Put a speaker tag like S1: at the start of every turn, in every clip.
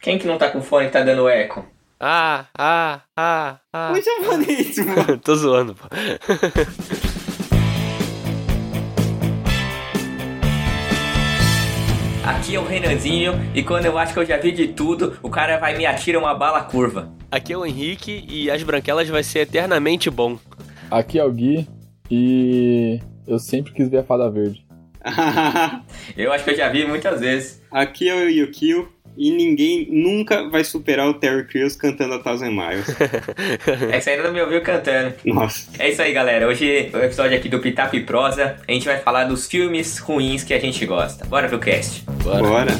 S1: Quem que não tá com fone que tá dando eco?
S2: Ah, ah, ah, ah.
S3: Muito bonito, mano.
S2: Tô zoando, pô.
S1: Aqui é o Renanzinho e quando eu acho que eu já vi de tudo, o cara vai me atirar uma bala curva.
S2: Aqui é o Henrique e as branquelas vai ser eternamente bom.
S4: Aqui é o Gui e eu sempre quis ver a Fada Verde.
S1: Eu acho que eu já vi muitas vezes.
S3: Aqui é o Yukio e ninguém nunca vai superar o Terry Crews cantando a Thousand Miles.
S1: É que você ainda não me ouviu cantando.
S3: Nossa.
S1: É isso aí, galera. Hoje é o episódio aqui do Pitap e Prosa, a gente vai falar dos filmes ruins que a gente gosta. Bora pro cast.
S2: Bora.
S3: Bora.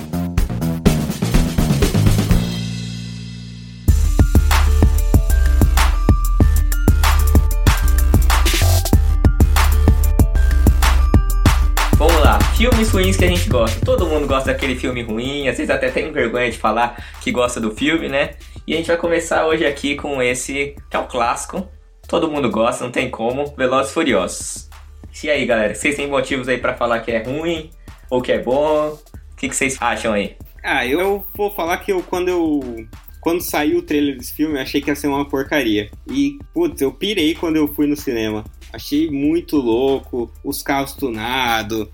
S1: Vamos lá, filmes ruins que a gente gosta. Todo mundo gosta daquele filme ruim, às vezes até tem vergonha de falar que gosta do filme, né? E a gente vai começar hoje aqui com esse, que é um clássico. Todo mundo gosta, não tem como. Velozes e Furiosos. E aí, galera, vocês têm motivos aí pra falar que é ruim ou que é bom? O que, que vocês acham aí?
S3: Ah, eu, eu vou falar que eu quando eu. Quando saiu o trailer desse filme, eu achei que ia ser uma porcaria. E, putz, eu pirei quando eu fui no cinema. Achei muito louco, os carros tunados,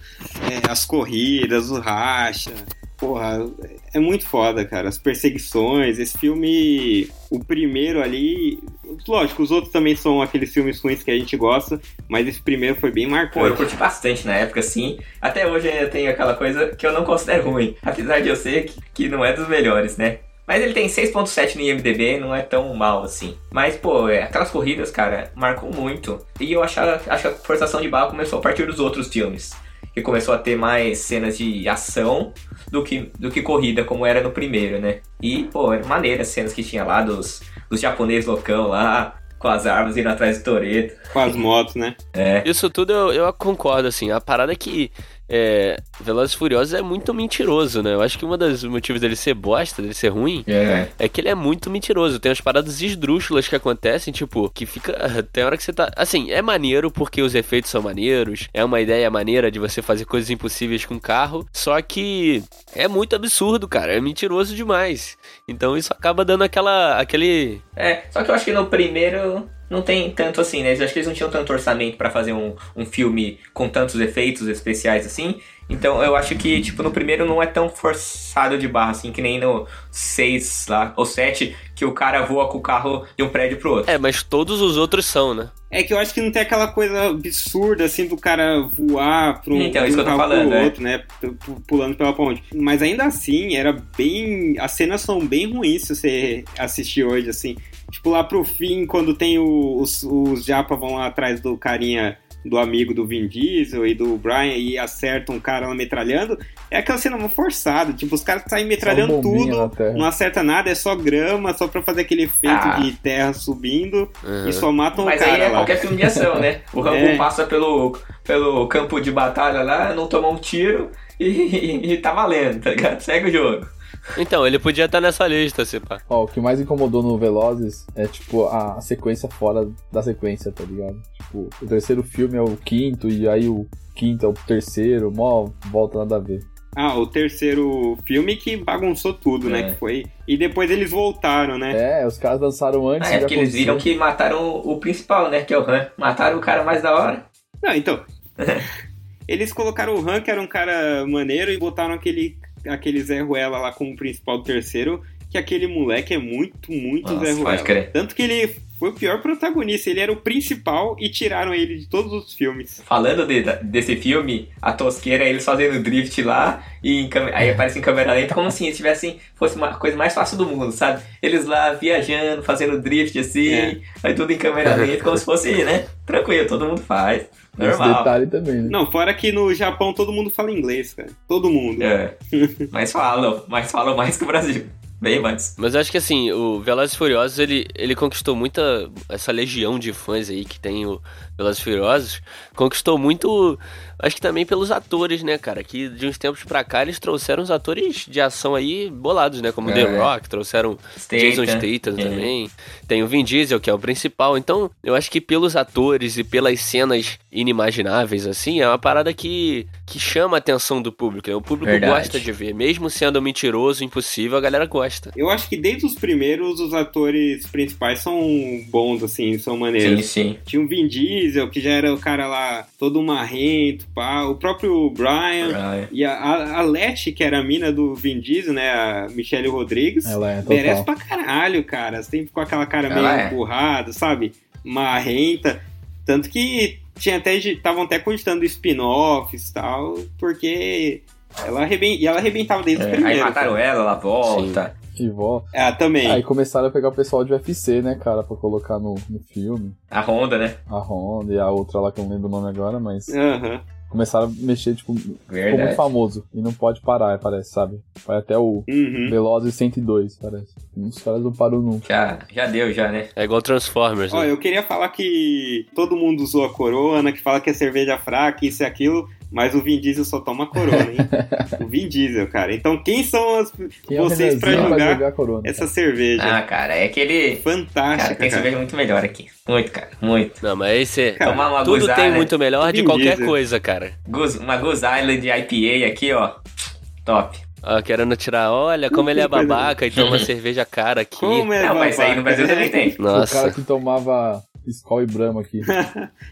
S3: é, as corridas, o racha. Porra, é muito foda, cara. As perseguições, esse filme. O primeiro ali. Lógico, os outros também são aqueles filmes ruins que a gente gosta, mas esse primeiro foi bem
S1: Pô, eu
S3: marcante.
S1: curti bastante na época, assim. Até hoje eu tenho aquela coisa que eu não considero ruim. Apesar de eu ser que, que não é dos melhores, né? Mas ele tem 6.7 no IMDB, não é tão mal assim. Mas, pô, é, aquelas corridas, cara, marcou muito. E eu acho, acho que a forçação de barra começou a partir dos outros filmes. Que começou a ter mais cenas de ação do que, do que corrida, como era no primeiro, né? E, pô, era maneira as cenas que tinha lá dos, dos japoneses loucão lá, com as armas indo atrás do Toreto.
S3: Com as motos, né?
S2: Isso tudo eu, eu concordo, assim. A parada é que é, Velozes e Furiosos é muito mentiroso, né? Eu acho que um dos motivos dele ser bosta, dele ser ruim,
S1: É.
S2: é que ele é muito mentiroso. Tem umas paradas esdrúxulas que acontecem, tipo, que fica. Tem hora que você tá. Assim, é maneiro porque os efeitos são maneiros, é uma ideia maneira de você fazer coisas impossíveis com carro, só que é muito absurdo, cara. É mentiroso demais. Então isso acaba dando aquela. aquele.
S1: É, só que eu acho que no primeiro não tem tanto assim, né? Eu acho que eles não tinham tanto orçamento pra fazer um, um filme com tantos efeitos especiais assim. Então eu acho que, tipo, no primeiro não é tão forçado de barra, assim, que nem no 6 lá, ou 7, que o cara voa com o carro de um prédio pro outro.
S2: É, mas todos os outros são, né?
S3: É que eu acho que não tem aquela coisa absurda, assim, do cara voar pra um,
S1: Então, isso
S3: de um
S1: que eu tô
S3: carro
S1: falando,
S3: pro
S1: é.
S3: outro, né? P- p- Pulando pela ponte. Mas ainda assim, era bem. As cenas são bem ruins se você assistir hoje, assim. Tipo, lá pro fim, quando tem o- os, os japa vão lá atrás do carinha do amigo do Vin Diesel e do Brian e acertam um cara lá metralhando, é aquela cena forçada. Tipo, os caras saem metralhando
S4: Só um bombinho
S3: tudo,
S4: na terra.
S3: não acerta nada, é só grama, só pra fazer aquele efeito
S1: Ah.
S3: de terra subindo
S2: Uhum.
S3: e só matam
S1: Mas
S3: o cara
S1: aí é
S3: lá.
S1: qualquer filme de ação, né? O Rambo
S3: É.
S1: passa pelo, pelo campo de batalha lá, não toma um tiro e, e, tá valendo, tá ligado? Segue o jogo.
S2: Então, ele podia estar nessa lista, se pá.
S4: Ó, o que mais incomodou no Velozes é, tipo, a a sequência fora da sequência, tá ligado? Tipo, o terceiro filme é o quinto, e aí o quinto é o terceiro, mó volta nada a ver.
S3: Ah, o terceiro filme que bagunçou tudo, né?
S1: É.
S3: Que foi. E depois eles voltaram, né?
S4: É, os caras dançaram antes.
S1: Ah, é
S4: já
S1: porque eles
S4: aconteceu.
S1: viram que mataram o principal, né? Que é o Han. Mataram o cara mais da hora.
S3: Não, então. eles colocaram o Han, que era um cara maneiro, e botaram aquele, aquele Zé Ruela lá como principal do terceiro. Que aquele moleque é muito, muito
S1: Nossa, é- pode
S3: Zé Ruela.
S1: crer.
S3: Tanto que ele foi o pior protagonista, ele era o principal e tiraram ele de todos os filmes.
S1: Falando de- desse filme, a tosqueira é eles fazendo drift lá e em câmera- aí aparece em câmera lenta como assim, se tivessem fosse uma coisa mais fácil do mundo, sabe? Eles lá viajando, fazendo drift assim,
S3: É.
S1: aí tudo em câmera lenta, como se fosse, né? Tranquilo, todo mundo faz.
S4: Esse
S1: Normal.
S4: detalhe também, né?
S3: Não, fora que no Japão todo mundo fala inglês, cara. Todo mundo.
S1: É. Mas falam, mas falam mais que o Brasil. Bem mais.
S2: Mas eu acho que assim, o Velozes e Furiosos, ele, ele conquistou muita. Essa legião de fãs aí que tem o Velozes e Furiosos, conquistou muito. Acho que também pelos atores, né, cara? Que de uns tempos pra cá eles trouxeram os atores de ação aí bolados, né? Como
S1: É.
S2: The Rock, trouxeram Jason Statham
S1: É.
S2: também. Tem o Vin Diesel, que é o principal. Então, eu acho que pelos atores e pelas cenas inimagináveis, assim, é uma parada que que chama a atenção do público. né? O público
S1: Verdade.
S2: gosta de ver. Mesmo sendo mentiroso, impossível, a galera gosta.
S3: Eu acho que desde os primeiros, os atores principais são bons, assim, são maneiros.
S1: Sim, sim.
S3: Tinha o Vin Diesel, que já era o cara lá todo marrento, pá. O próprio Brian.
S1: Ah,
S3: E a, a, a Leti, que era a mina do Vin Diesel, né? A Michelle Rodrigues.
S4: Ela é
S3: merece
S4: total.
S3: pra caralho, cara. Sempre com aquela cara
S1: Ela
S3: meio
S1: é.
S3: empurrada, sabe? Marrenta. Tanto que tinha até estavam até cogitando spin-offs e tal, porque ela arrebentava, e ela arrebentava desde o
S1: é.
S3: primeiro.
S1: Aí mataram
S3: cara.
S1: ela, ela volta.
S4: Que vó.
S3: Ah, também.
S4: Aí começaram a pegar o pessoal de UFC, né, cara, pra colocar no, no filme.
S1: A Honda, né?
S4: A Honda e a outra lá que eu não lembro o nome agora, mas
S3: Aham.
S4: começaram a mexer, tipo, ficou
S1: Verdade.
S4: muito famoso. E não pode parar, parece, sabe? Vai até o
S3: Uhum.
S4: Velozes 102, parece. Os caras não param nunca.
S1: Já, já deu, já, né?
S2: É igual Transformers,
S3: Ó,
S2: né?
S3: eu queria falar que todo mundo usou a corona, que fala que é cerveja fraca, isso e aquilo, mas o Vin Diesel só toma corona, hein? o Vin Diesel, cara. Então quem são as,
S4: Quem é o
S3: vocês pra
S4: Renanzinho
S3: julgar
S4: a corona?
S3: essa cerveja?
S1: Ah, cara, é aquele. Cara,
S3: Fantástica,
S1: tem
S3: cara.
S1: cerveja muito melhor aqui. Muito, cara. Muito.
S2: Não, mas esse.
S3: Cara,
S1: Tomar uma
S2: tudo
S1: Goose
S2: tem
S1: Island.
S2: muito melhor de
S3: Vin
S2: qualquer
S3: Diesel.
S2: coisa, cara.
S1: Goose- uma Goose Island IPA aqui, ó. Top.
S2: Ó, querendo tirar, olha como ele é
S3: Coisa
S2: babaca e toma cerveja cara aqui.
S3: Como é
S1: Não, mas aí no
S3: babaca.
S1: Brasil também tem.
S4: O cara tá-
S2: Nossa.
S4: que tomava Skol e Brahma aqui.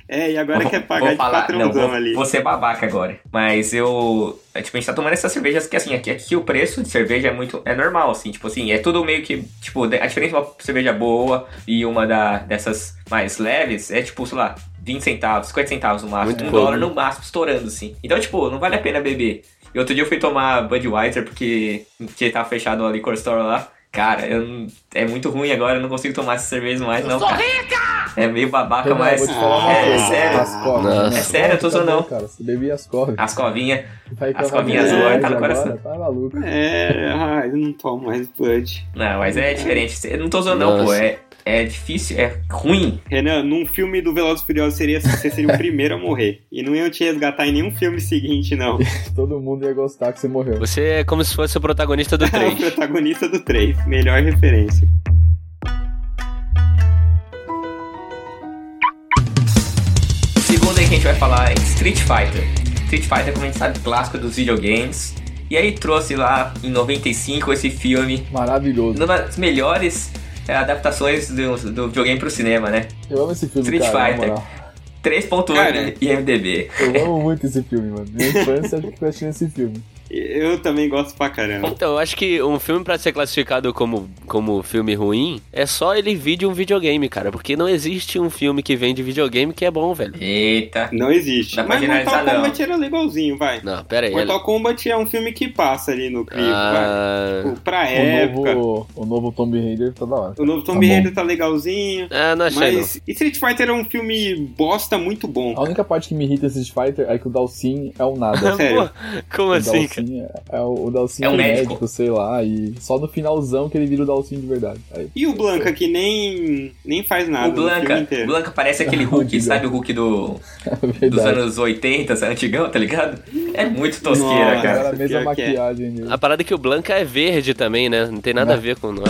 S3: É, e agora quer pagar de
S1: não,
S3: patrãozão
S1: vou,
S3: ali.
S1: vou ser babaca agora. Mas eu. é, Tipo, a gente tá tomando essas cervejas que, assim, aqui, aqui o preço de cerveja é muito. É normal, assim. Tipo assim, é tudo meio que. Tipo, de- a diferença de uma cerveja boa e uma da, dessas mais leves é, tipo, sei lá. 20 centavos, 50 centavos no máximo,
S2: Muito
S1: um
S2: pouco.
S1: dólar no máximo, estourando assim. Então, tipo, não vale a pena beber. E outro dia eu fui tomar Budweiser porque, porque tava fechado a liquor store lá. Cara, eu não- é muito ruim agora, eu não consigo tomar essas cervejas mais, não. cara. É meio babaca,
S4: Renan,
S1: mas.
S4: vou te falar uma
S3: Ah,
S1: é,
S4: coisa.
S1: sério.
S4: As covas.
S2: Nossa.
S1: É sério, eu tô
S4: Tá bom,
S1: zoando.
S4: Cara, você bebia as covas.
S1: As covinhas.
S4: Vai
S1: as
S4: pra
S1: covinhas
S4: Minas
S3: zoam,
S4: Gerais
S1: tá no
S4: agora,
S1: coração.
S4: Tá maluco.
S3: É, ai, eu não tomo mais Bud.
S1: Não, mas é diferente. Eu não tô zoando, não, pô.
S2: Nossa.
S1: É, é difícil, é ruim.
S3: Renan, num filme do Velozes e Furiosos seria, você seria o primeiro a morrer. E não iam te resgatar em nenhum filme seguinte, não.
S4: Todo mundo ia gostar que você morreu.
S2: Você é como se fosse o protagonista do
S3: É o
S2: 3.
S3: protagonista do 3. Melhor referência.
S1: Segundo aí que a gente vai falar é Street Fighter. Street Fighter, como a gente sabe, clássico dos videogames. E aí trouxe lá em 95 esse filme,
S4: Maravilhoso.
S1: uma das melhores é, adaptações do, do videogame pro cinema, né?
S4: Eu amo esse filme,
S1: Street
S4: cara. na
S1: Fighter.
S4: moral.
S1: 3.8 IMDB.
S4: Eu amo muito esse filme, mano. Minha infância acho que eu assisti esse filme.
S3: Eu também gosto pra caramba.
S2: Então, eu acho que um filme pra ser classificado como, como filme ruim é só ele vir de um videogame, cara. Porque não existe um filme que vem de videogame que é bom, velho.
S1: Eita.
S3: Não existe.
S1: Dá pra
S3: Mas Mortal
S1: generalizar, não.
S3: Kombat era legalzinho, vai.
S2: Não, pera aí.
S3: Mortal Kombat é um filme que passa ali no clipe, vai.
S2: Ah,
S3: Pô, Pra
S4: O
S3: É época.
S4: novo, o novo Tomb Raider tá da hora.
S3: O novo Tomb
S4: Tá bom.
S3: Raider tá legalzinho.
S2: ah, não achei.
S3: Mas Street Fighter é um filme bosta muito bom.
S4: A única parte que me irrita desse Street Fighter é que o Dalsin é o nada.
S2: não.
S3: sério.
S2: Pô, como
S4: O
S2: assim, cara?
S4: Dalsin é, é o, o Dalsin
S1: É um
S4: é
S1: médico.
S4: sei lá, e só no finalzão que ele vira o Dalsin de verdade. Aí,
S3: E o Blanca, que nem, nem faz nada
S1: O
S3: no filme
S1: Ah, Blanca,
S3: inteiro.
S1: Blanca parece aquele Hulk,
S4: Antigão.
S1: sabe o Hulk do,
S4: é
S1: dos
S4: verdade.
S1: anos 80, antigão, tá ligado? É muito tosqueira,
S3: Nossa.
S1: cara.
S4: Era a mesma
S3: Pior que é.
S4: maquiagem
S1: Ah,
S4: dele.
S2: A parada é que o Blanca é verde também, né? Não tem nada a ver com o nome.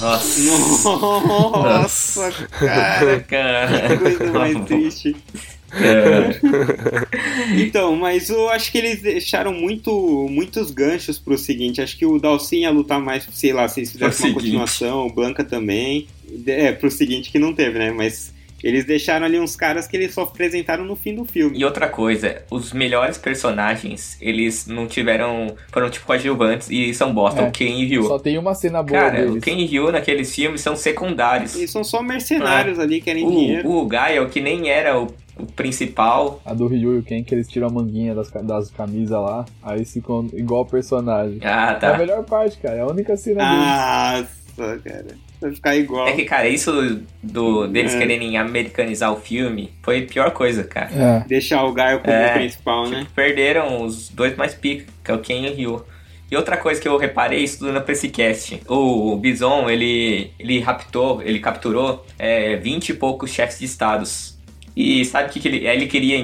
S1: Nossa.
S3: Nossa, cara,
S1: Cara.
S3: que coisa mais triste.
S1: É.
S3: Então, mas eu acho que eles deixaram muito, muitos ganchos pro seguinte. Acho que o Dalsin ia lutar mais, sei lá, se eles fizessem uma
S1: seguinte.
S3: continuação, o Blanca também. É, pro seguinte que não teve, né? Mas eles deixaram ali uns caras que eles só apresentaram no fim do filme.
S1: E outra coisa, os melhores personagens, eles não tiveram. Foram tipo coadjuvantes e são bosta.
S4: É.
S1: O Ken e o
S4: Só
S1: Ryu.
S4: tem uma cena boa
S1: Cara, o
S4: deles.
S1: Ken e o Ryu naqueles filmes são secundários.
S3: Eles são só
S1: Ah.
S3: mercenários ali, querem
S1: Uh,
S3: dinheiro.
S1: O, o Gaio, que nem era o, o principal.
S4: A do Ryu e o Ken, que eles tiram a manguinha das, ca- das camisas lá, aí ficam igual o personagem.
S1: Ah,
S4: É a
S1: tá.
S4: melhor parte, cara. É a única cena
S3: Ah.
S4: deles.
S3: Nossa, cara. Vai ficar igual.
S1: É que, cara, isso do, deles
S3: É.
S1: quererem americanizar o filme foi a pior coisa, cara.
S4: É.
S3: Deixar o Gaio como
S1: É.
S3: principal, né?
S1: Tipo, perderam os dois mais pica, que é o Ken e o Ryu. E outra coisa que eu reparei estudando pra esse cast, o Bison, ele, ele raptou, ele capturou é, 20 e poucos chefes de estados. E sabe o que, que ele, aí ele queria,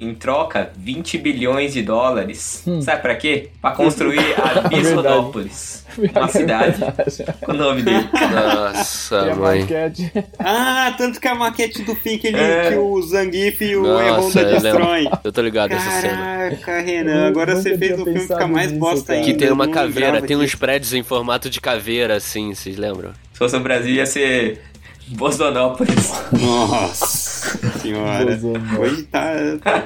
S1: em troca 20 bilhões de dólares.
S4: Hum. É
S1: Sabe pra quê? Pra construir a
S4: Verdade.
S1: Bisonópolis.
S4: é
S1: Uma cidade Tá, com o nome dele.
S2: Nossa,
S4: É
S2: mãe.
S4: maquete.
S3: Ah, tanto que a maquete do fim que, ele,
S1: É.
S3: que o Zangief e o
S2: Nossa, eu
S3: E-Honda
S2: lembro.
S3: destroem.
S2: Eu tô ligado nessa cena.
S3: Caraca, Renan, agora
S4: Eu
S3: você
S4: nunca
S3: fez
S4: tinha
S3: o filme ficar
S4: pensado
S3: mais
S4: nisso,
S3: bosta
S4: cara.
S3: ainda.
S2: Que tem uma
S3: Eu não
S2: caveira,
S3: lembrava
S2: tem um uns
S3: disso.
S2: prédios em formato de caveira, assim, vocês lembram?
S1: Se fosse o Brasil, ia ser Bosonópolis.
S3: Nossa senhora.
S4: Bozonópolis.
S3: Hoje tá.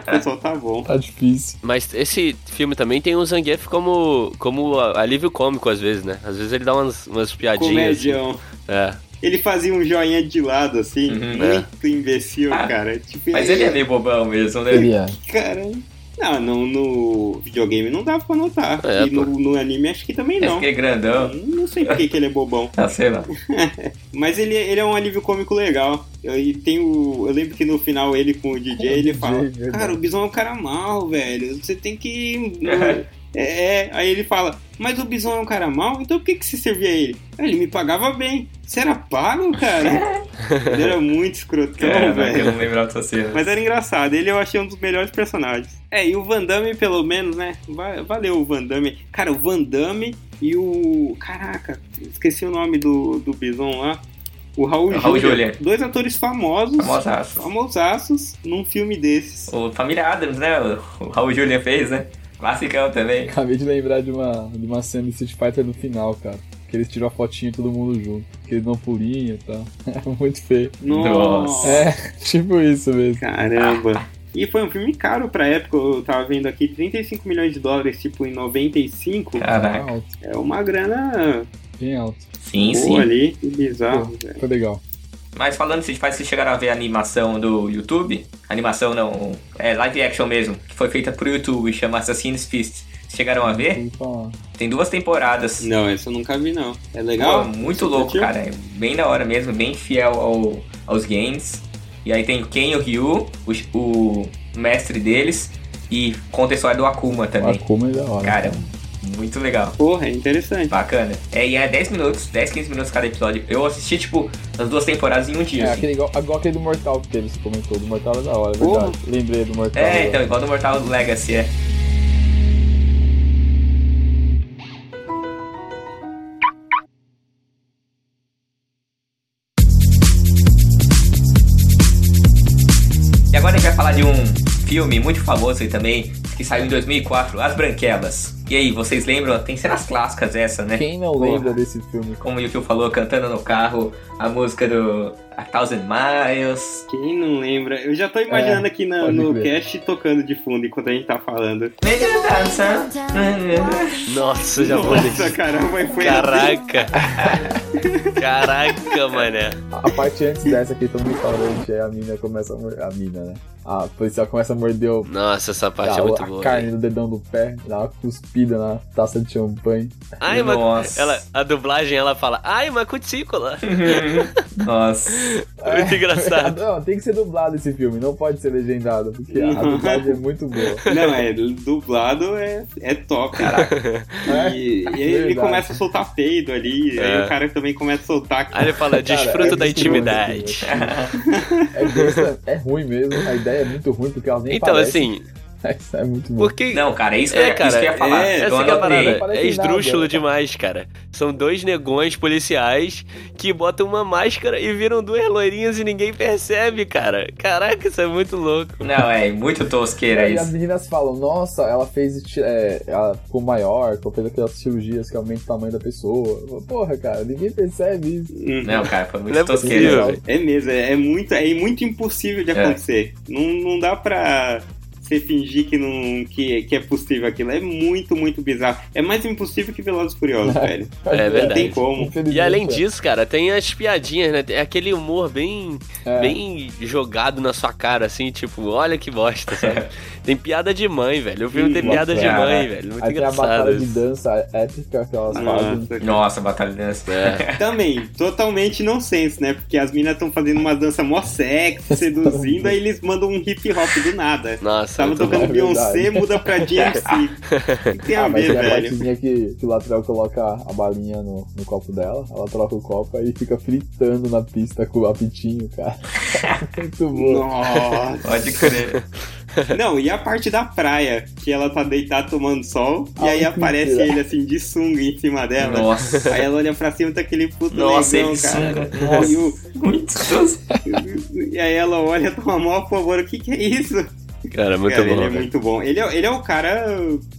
S3: O pessoal tá bom.
S4: Tá difícil.
S2: Mas esse filme também tem o Zangief como, como a- alívio cômico, às vezes, né? Às vezes ele dá umas, umas piadinhas. assim.
S3: Comedião.
S2: É.
S3: Ele fazia um joinha de lado, assim,
S1: Uhum,
S3: muito imbecil,
S1: Ah,
S3: cara. Tipo,
S1: Mas ele é meio bobão mesmo, né?
S4: Ele é.
S3: Cara. ah, Não, no, no videogame não dava pra notar.
S2: É,
S3: e no, no anime acho que também
S1: É
S3: não.
S1: porque é grandão.
S3: Não sei por que que ele é bobão.
S1: Ah, sei lá.
S3: Mas ele, ele é um alívio cômico legal. E tem o. Eu lembro que no final ele com o DJ, ele
S4: DJ,
S3: fala.
S4: verdade.
S3: Cara, o Bison é um cara mal, velho. Você tem que. é, é. Aí ele fala, mas o Bison é um cara mal, então por que, que você servia a ele? "Ah, Ele me pagava bem. Você era pago, cara? ele era muito escrotão,
S1: É, mas
S3: velho.
S1: eu não lembrava dessa cena.
S3: Mas era engraçado, ele eu achei um dos melhores personagens. É, e o Van Damme, pelo menos, né? Va- Valeu o Van Damme. Cara, o Van Damme e o. Caraca, esqueci o nome do, do Bison lá. O Raul,
S1: É O Raul
S3: Julia.
S1: Julia.
S3: Dois atores famosos.
S1: Famosaço.
S3: Famosaços num filme desses.
S1: O Família Adams, né? O o Raul Julia fez, né? Classicão também.
S4: Acabei de lembrar de uma, de uma cena de Street Fighter no final, cara. Que eles tiram a fotinha todo mundo junto. Que eles dão um pulinho e tal. É muito feio.
S1: Nossa.
S3: Nossa.
S4: É, tipo isso mesmo.
S3: Caramba. E foi um filme caro pra época, eu tava vendo aqui, 35 milhões de dólares, tipo, em 95.
S1: Caraca.
S4: Bem alto,
S3: É uma grana
S4: bem alto.
S1: Sim,
S3: boa
S1: sim.
S3: ali, que bizarro, velho.
S4: Foi legal.
S1: Mas falando, vocês faz que chegaram a ver a animação do YouTube? Animação não, é live action mesmo, que foi feita pro YouTube, chama Assassin's Fist. Vocês chegaram a ver?
S4: Vou falar.
S1: Tem duas temporadas.
S3: Não, essa eu nunca vi, não. É
S1: Pô,
S3: legal?
S1: muito
S3: Você
S1: louco,
S3: curtiu?
S1: cara. É bem da hora mesmo, bem fiel ao- aos games. E aí tem Ken e o Ryu, o, o mestre deles, e conta a história do Akuma
S4: O
S1: também.
S4: Akuma é da hora.
S1: Cara, muito legal.
S3: Porra, é interessante.
S1: Bacana. É, e é 10 minutos, 10, 15 minutos cada episódio. Eu assisti, tipo, as duas temporadas em um dia.
S4: É,
S1: assim.
S4: aquele igual, igual aquele do Mortal que teve, você comentou. Do Mortal era da hora, é
S3: Porra.
S4: verdade. Lembrei do Mortal.
S1: É,
S4: agora.
S1: então, igual do Mortal Legacy, é. E agora a gente vai falar de um filme muito famoso aí também, que saiu em 2004, As Branquelas. E aí, vocês lembram? Tem cenas clássicas essa, né?
S4: Quem não
S1: Porra.
S4: lembra desse filme?
S1: Como o Yukio falou, cantando no carro a música do A Thousand Miles.
S3: Quem não lembra? Eu já tô imaginando aqui na-
S4: É, pode
S3: no
S4: crer.
S3: cast tocando de fundo enquanto a gente tá falando.
S1: Make it dança.
S2: Nossa, japonês.
S3: Nossa, caramba, foi
S2: Caraca. Caraca, mané.
S4: A parte antes dessa aqui, tão restaurante, aí é a mina começa a morder. A mina, né? A policial começa a morder Ah, o.
S2: Nossa, essa parte
S4: a,
S2: é muito
S4: a
S2: boa.
S4: carne
S2: velho.
S4: do dedão do pé, dá uma cuspida na taça de champanhe.
S2: Ai, uma-
S1: Nossa.
S2: ela, a dublagem ela fala, ai, uma cutícula.
S1: Nossa.
S4: É.
S2: Muito engraçado.
S4: Não, tem que ser dublado esse filme, não pode ser legendado, porque a
S3: Não.
S4: dublagem é muito boa.
S3: assim. Não, é, dublado é, é top. E, e aí ele
S4: Verdade.
S3: começa a soltar peido ali, e aí
S2: É.
S3: o cara também começa a soltar.
S2: Aí ele fala, desfruto
S4: é
S2: da
S4: né? muito bom
S2: intimidade.
S4: esse É, besta, é ruim mesmo, a ideia é muito ruim, porque ela nem
S2: Então,
S4: parece.
S2: assim,
S4: Assim, é muito bom.
S2: porque
S1: Não, cara, é isso que,
S2: É,
S1: eu-
S2: cara,
S1: isso que eu ia falar.
S3: é,
S1: eu
S2: Essa que é a
S1: anotei.
S2: parada.
S4: Parece
S2: É esdrúxulo
S4: nada. né?
S2: demais, cara. São dois negões policiais que botam uma máscara e viram duas loirinhas e ninguém percebe, cara. Caraca, isso é muito louco.
S1: Não, é muito tosqueira
S4: E as
S1: isso.
S4: meninas falam, nossa, ela fez. esti- é, ela ficou maior, ficou fez aquelas cirurgias que aumentam o tamanho da pessoa. Porra, cara, ninguém percebe isso.
S3: Uhum.
S1: Não, cara, foi muito
S2: Não é
S1: tosqueira.
S2: possível,
S1: velho.
S2: velho.
S3: É mesmo, é, é muito, é muito impossível de
S1: É.
S3: acontecer. Não, não dá pra você fingir que, não, que, que é possível aquilo. É muito, muito bizarro. É mais impossível que Velozes e Furiosos, velho.
S2: É
S3: Não tem
S2: verdade.
S3: como.
S4: Infelizmente,
S2: E além
S4: é.
S2: disso, cara, tem as piadinhas, né? Tem aquele humor bem,
S4: É.
S2: bem jogado na sua cara, assim, tipo, olha que bosta, sabe? tem piada de mãe, velho. O filme tem
S4: É. Nossa, é.
S2: piada de
S1: cara.
S2: mãe, velho. Muito
S4: Aí tem a
S2: engraçado
S4: batalha de
S2: isso. Ah.
S4: dança épica que elas fazem.
S3: Nossa,
S1: Nossa, batalha de dança.
S2: É.
S3: Também, totalmente nonsense, né? Porque as minas estão fazendo uma dança mó sexy, seduzindo, aí eles mandam um hip hop do nada.
S1: Tá
S2: Nossa,
S3: Tava
S2: muito bom.
S3: tocando
S4: É verdade.
S3: Beyoncé, muda pra DMC. O que tem a
S4: Ah, mas
S3: ver,
S4: tem a
S3: velho?
S4: partezinha que, que o lateral coloca a balinha no, no copo dela, ela troca o copo aí fica fritando na pista com o apitinho, cara. Muito bom.
S3: Nossa,
S1: Pode crer.
S3: Não, e a parte da praia, que ela tá deitada tomando sol, e aí
S4: Ai,
S3: aparece
S4: Ah, mentira.
S3: ele assim de sunga em cima dela.
S1: Nossa.
S3: Aí ela olha pra cima e tá aquele puto
S1: Nossa,
S3: negão,
S1: ele
S3: cara.
S1: sunga. Nossa.
S3: E, o-
S1: Muito doce.
S3: e aí ela olha, toma mó favor, o que que é isso?
S2: Cara, muito
S3: cara,
S2: bom.
S3: ele é
S2: velho.
S3: muito bom. Ele é, ele é um cara.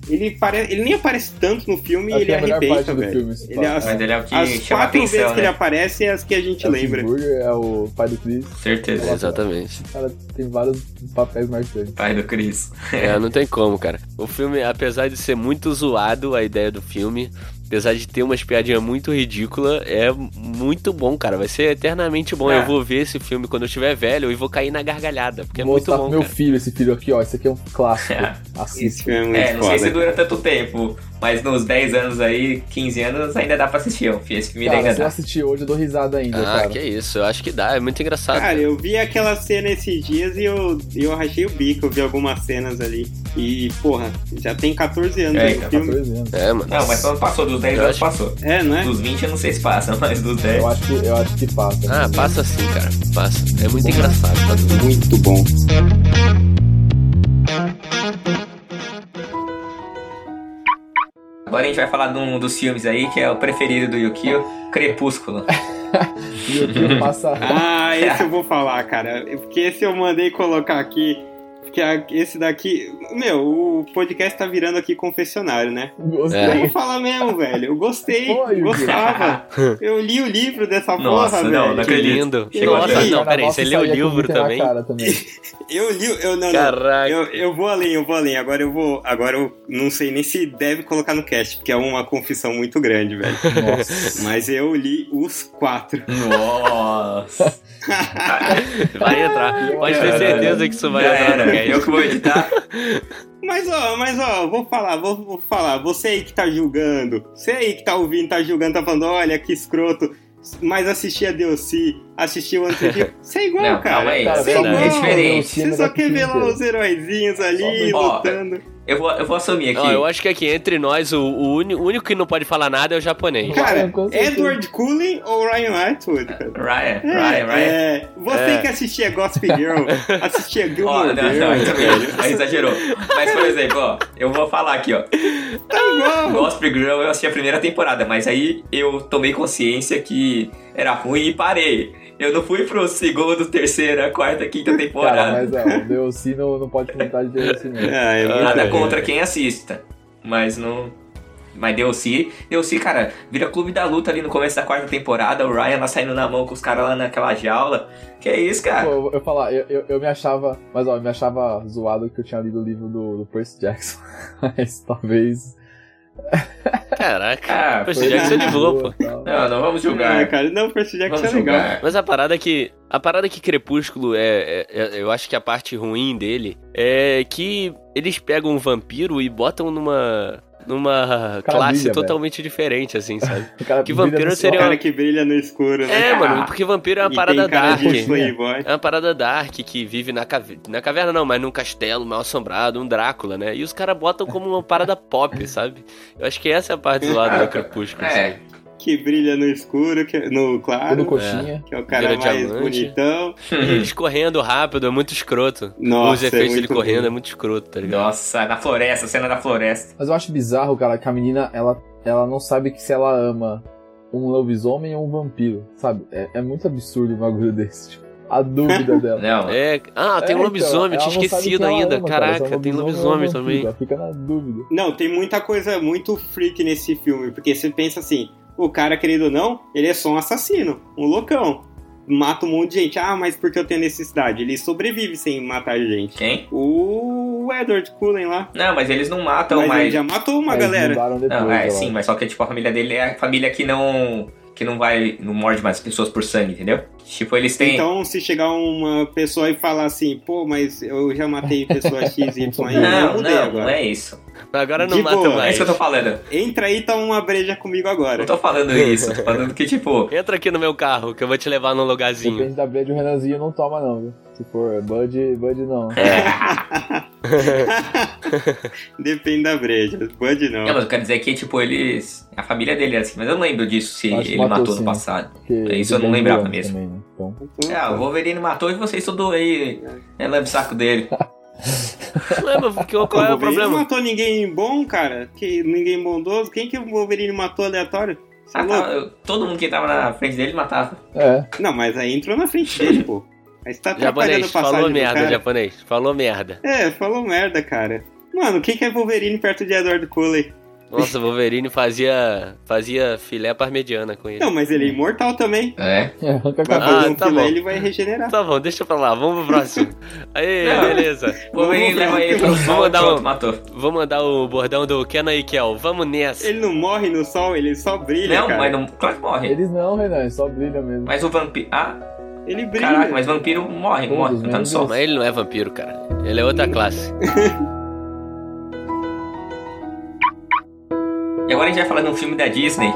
S3: Ele, pare... ele nem aparece tanto no filme e ele
S4: é a melhor parte
S3: arrebenta,
S4: do
S3: velho.
S4: filme. se
S3: Ele é
S4: pá.
S3: as-
S1: Mas ele é o que
S3: As
S1: chama
S3: quatro vezes
S1: atenção,
S3: que ele
S1: né?
S3: aparece é as que a gente
S4: É o
S3: lembra.
S4: Tim Burger, é o pai do Chris.
S1: Certeza.
S2: Exatamente.
S4: O cara tem vários papéis marcantes.
S1: Pai do Chris.
S2: É, não tem como, cara. O filme, apesar de ser muito zoado a ideia do filme, apesar de ter umas piadinhas muito ridícula, é muito bom, cara. Vai ser eternamente bom.
S1: É.
S2: Eu vou ver esse filme quando eu estiver velho e vou cair na gargalhada, porque
S4: Vou
S2: é muito
S4: mostrar
S2: bom,
S4: pro meu
S2: cara.
S4: filho esse filho aqui, ó. Esse aqui é um clássico.
S3: Esse
S4: Assista.
S3: filme é muito
S1: É, não sei
S3: foda.
S1: se dura tanto tempo, mas nos 10 anos aí, 15 anos, ainda dá pra assistir. ó. Esse filme
S4: Cara,
S1: ainda
S4: se eu
S1: dá.
S4: assistir hoje, eu dou risada ainda,
S2: Ah,
S4: cara.
S2: que isso. Eu acho que dá. É muito engraçado.
S3: Cara, eu vi aquela cena esses dias e eu, eu rachei o bico, eu vi algumas cenas ali. E, porra, já tem 14 anos
S1: É,
S3: aí
S1: cara,
S3: o filme.
S4: 14 Tá anos.
S2: É, mano.
S1: Não, mas quando passou dos 10
S2: Eu
S1: anos,
S2: acho-
S1: passou.
S3: É, não é?
S1: Dos 20 eu não sei se passa, mas dos 10.
S4: Eu acho que, eu acho que passa.
S2: Ah, passa sim, cara. Passa. É muito engraçado. Tá tudo bem.
S3: Muito bom.
S1: Agora a gente vai falar de um dos filmes aí, que é o preferido do Yukio, Crepúsculo.
S4: E o filme passa.
S3: Ah, esse eu vou falar, cara. Porque esse eu mandei colocar aqui. Porque a- esse daqui. Meu, o podcast tá virando aqui confessionário, né?
S1: É.
S3: Eu
S4: Gostei.
S3: vou falar mesmo, velho. Eu gostei.
S4: Foi,
S3: gostava. Eu li o livro dessa
S1: Nossa,
S3: porra,
S1: não,
S3: velho.
S1: não
S2: Que
S1: acredito.
S2: lindo.
S3: Chega
S2: Nossa,
S3: aqui.
S2: não, peraí.
S4: Nossa,
S2: Você leu o
S4: saía com
S2: livro
S4: muito na
S2: também?
S4: cara também.
S3: Eu li. Eu não, não.
S2: Caraca.
S3: Eu, eu vou além, eu vou além. Agora eu vou. Agora eu não sei nem se deve colocar no cast, porque é uma confissão muito grande, velho.
S4: Nossa.
S3: Mas eu li os quatro.
S1: Nossa!
S2: Vai entrar. Pode
S4: Já
S2: ter
S4: era.
S2: certeza que isso vai
S1: Já
S2: entrar. né,
S1: era,
S2: cara.
S1: eu que vou editar.
S3: Mas ó, mas ó, vou falar, vou, vou falar. Você aí que tá julgando, você aí que tá ouvindo, tá julgando, tá falando, olha que escroto. Mas assistia DLC, assistia o Antigo. Você é igual,
S1: Não,
S3: cara.
S1: calma aí.
S4: Cara,
S1: Sim,
S3: pelo amor
S1: é
S3: de
S1: diferente.
S3: Você só quer ver lá os heróizinhos ali
S1: Ó,
S3: lutando.
S1: Eu vou, eu vou assumir aqui.
S2: Não, eu acho que aqui entre nós, o, o uni- o único que não pode falar nada é o japonês.
S3: Cara,
S4: com certeza.
S3: Edward Cullen ou Ryan Atwood, cara?
S1: Ryan,
S3: É,
S1: Ryan, Ryan.
S3: é, você
S2: É.
S3: que assistia Gossip Girl, assistia
S1: Ó,
S3: Gilmore
S1: não, não,
S3: Girls,
S1: então,
S3: velho.
S1: aí exagerou. Mas, por exemplo, ó, eu vou falar aqui, ó.
S3: Tá igual.
S1: Gospel Girl eu assisti a primeira temporada, mas aí eu tomei consciência que era ruim e parei. Eu não fui pro segundo, terceira, quarta,
S3: Tá,
S1: quinta
S4: Cara,
S1: temporada.
S4: mas é, o DLC não, não pode comentar de DLC mesmo.
S3: Ah, é muito
S1: Nada
S3: bem.
S1: contra quem assista. Mas não. Mas DLC, DLC, cara, vira clube da luta ali no começo da quarta temporada. O Ryan lá saindo na mão com os caras lá naquela jaula. Que é isso,
S4: Pô,
S1: cara?
S4: eu, eu falar, eu, eu, eu me achava. Mas ó, eu me achava zoado que eu tinha lido o livro do, do Percy Jackson. Mas talvez.
S2: Caraca.
S1: Ah,
S2: Percy
S4: foi
S3: Jackson
S4: de
S2: livrou,
S4: boa, tal.
S1: não, não vamos
S3: Ah,
S1: julgar.
S3: cara, não, Percy Jackson
S1: Vamos
S3: é legal.
S1: julgar.
S2: Mas a parada é que. A parada é que Crepúsculo é, é- é- Eu acho que a parte ruim dele é que eles pegam um vampiro e botam numa. numa classe
S4: velho.
S2: totalmente diferente, assim, sabe?
S4: O cara
S2: Que
S4: brilha
S2: vampiro
S4: no
S3: O
S2: seria
S4: sol.
S3: cara que brilha no escuro, né?
S2: É, mano, porque vampiro é uma
S3: e
S2: parada
S3: tem cara
S2: dark.
S3: de playboy.
S2: É uma parada dark que vive na caverna. Na caverna não, mas num castelo mal assombrado, um Drácula, né? E os caras botam como uma parada pop, sabe? Eu acho que essa é a parte do lado
S1: Ah,
S2: do Crepúsculo.
S1: É,
S2: sabe?
S3: Que brilha no escuro, que- é no
S4: Ou no
S3: claro,
S4: coxinha.
S3: que é o cara
S2: Vira
S3: mais
S2: diamante.
S3: bonitão.
S1: Uhum.
S2: Eles correndo rápido, é muito escroto. os
S3: Nossa, é
S2: efeitos
S3: muito
S2: dele correndo é
S3: bom.
S2: muito escroto, tá ligado?
S1: Nossa, na floresta, cena da floresta.
S4: Mas eu acho bizarro, cara, que a menina, ela, ela não sabe que se ela ama um lobisomem ou um vampiro, sabe? É, é muito absurdo um bagulho desse. Tipo, a dúvida dela.
S1: Não,
S2: É, ah, tem um
S4: É, então,
S2: lobisomem, eu
S4: ela
S2: tinha
S4: não sabe
S2: esquecido
S4: quem ela
S2: ainda.
S4: ama, cara, se é
S2: Caraca,
S4: um
S2: tem
S4: ou um
S2: lobisomem
S4: vampiro,
S2: também.
S4: ela Fica na dúvida.
S3: Não, tem muita coisa muito freak nesse filme, porque você pensa assim, o cara, querido ou não, ele é só um assassino, um loucão. Mata um monte de gente. Ah, mas porque eu tenho necessidade? Ele sobrevive sem matar gente.
S1: quem?
S3: O Edward Cullen lá.
S1: Não, Então, mas eles não matam
S3: mas ele
S1: mais.
S3: já matou uma
S4: Aí
S3: galera.
S4: mudaram depois,
S1: Não, é,
S4: eu
S1: sim, mas só que tipo, a família dele é a família que não. que não vai. não morde mais pessoas por sangue, entendeu? Tipo, eles têm.
S3: Então, se chegar uma pessoa e falar assim, pô, mas eu já matei pessoa X, Y, eu
S1: não,
S3: mudei
S1: não, não
S3: agora.
S1: é isso.
S2: Agora não
S3: De
S2: mata
S3: boa,
S1: Não é
S2: mais.
S1: isso que eu tô falando.
S3: Entra aí e toma uma breja comigo
S1: Eu
S3: agora.
S1: tô falando isso. Tô falando que, tipo.
S2: Entra aqui no meu carro, que eu vou te levar num lugarzinho.
S4: Depende da breja, o Renanzinho não toma, não, viu? Se for Bud, Bud não.
S1: É, Então-
S3: Depende da breja. Bud não.
S1: Não, mas eu quero dizer que, tipo, eles. A família dele é assim, mas eu não lembro disso se
S4: Acho que
S1: ele
S4: matou,
S1: matou no
S4: sim.
S1: passado.
S4: Porque
S1: Isso eu
S4: ele
S1: não
S4: é
S1: lembrava
S4: indiano
S1: mesmo.
S4: também, né? Então,
S1: né, Ah, o Wolverine matou e vocês tudo aí. É leve saco dele.
S2: Ué, mas que- qual é o
S3: o Wolverine não
S2: problema?
S3: matou ninguém bom, cara. Que, ninguém bondoso. Quem que o Wolverine matou aleatório? Você é
S1: Ah,
S3: louco?
S1: tá, eu- todo mundo que tava na frente dele matava.
S4: É,
S3: Não, mas aí entrou na frente dele, pô. Aí você tá atrapalhando a
S2: Japonês,
S3: passagem
S2: falou
S3: do
S2: merda,
S3: cara.
S2: japonês. Falou merda.
S3: É, falou merda, cara. Mano, o que que é Wolverine perto de Edward Cullen?
S2: Nossa, o Wolverine fazia, fazia filé parmegiana com ele.
S3: Não, mas ele é imortal também.
S1: É.
S4: é arranca a
S3: Vai
S4: cabeça.
S2: Ah,
S3: fazer um
S2: tá
S3: filé,
S2: bom.
S3: ele vai regenerar.
S2: Tá bom, deixa pra lá, vamos pro próximo. Aí,
S1: Não.
S2: beleza.
S1: O Wolverine
S3: Vamos
S1: leva
S3: ver.
S1: ele pro sol
S2: Vou
S1: e
S2: dar
S1: pronto,
S2: um-
S1: matou.
S2: Vou mandar o bordão do Kenan e Kel. Vamos nessa.
S3: Ele não morre no sol, ele só brilha,
S4: é,
S1: Não,
S3: cara.
S1: mas não, claro que morre.
S4: Eles não, Renan, eles só brilha mesmo.
S1: Mas o vampiro. Ah,
S3: Ele brilha.
S1: caraca, mas vampiro morre,
S4: Todos né?
S1: morre, não tá no
S4: menos
S1: sol.
S2: Mas ele não é vampiro, cara. Ele é outra classe.
S1: E agora a gente vai falar de um filme da Disney,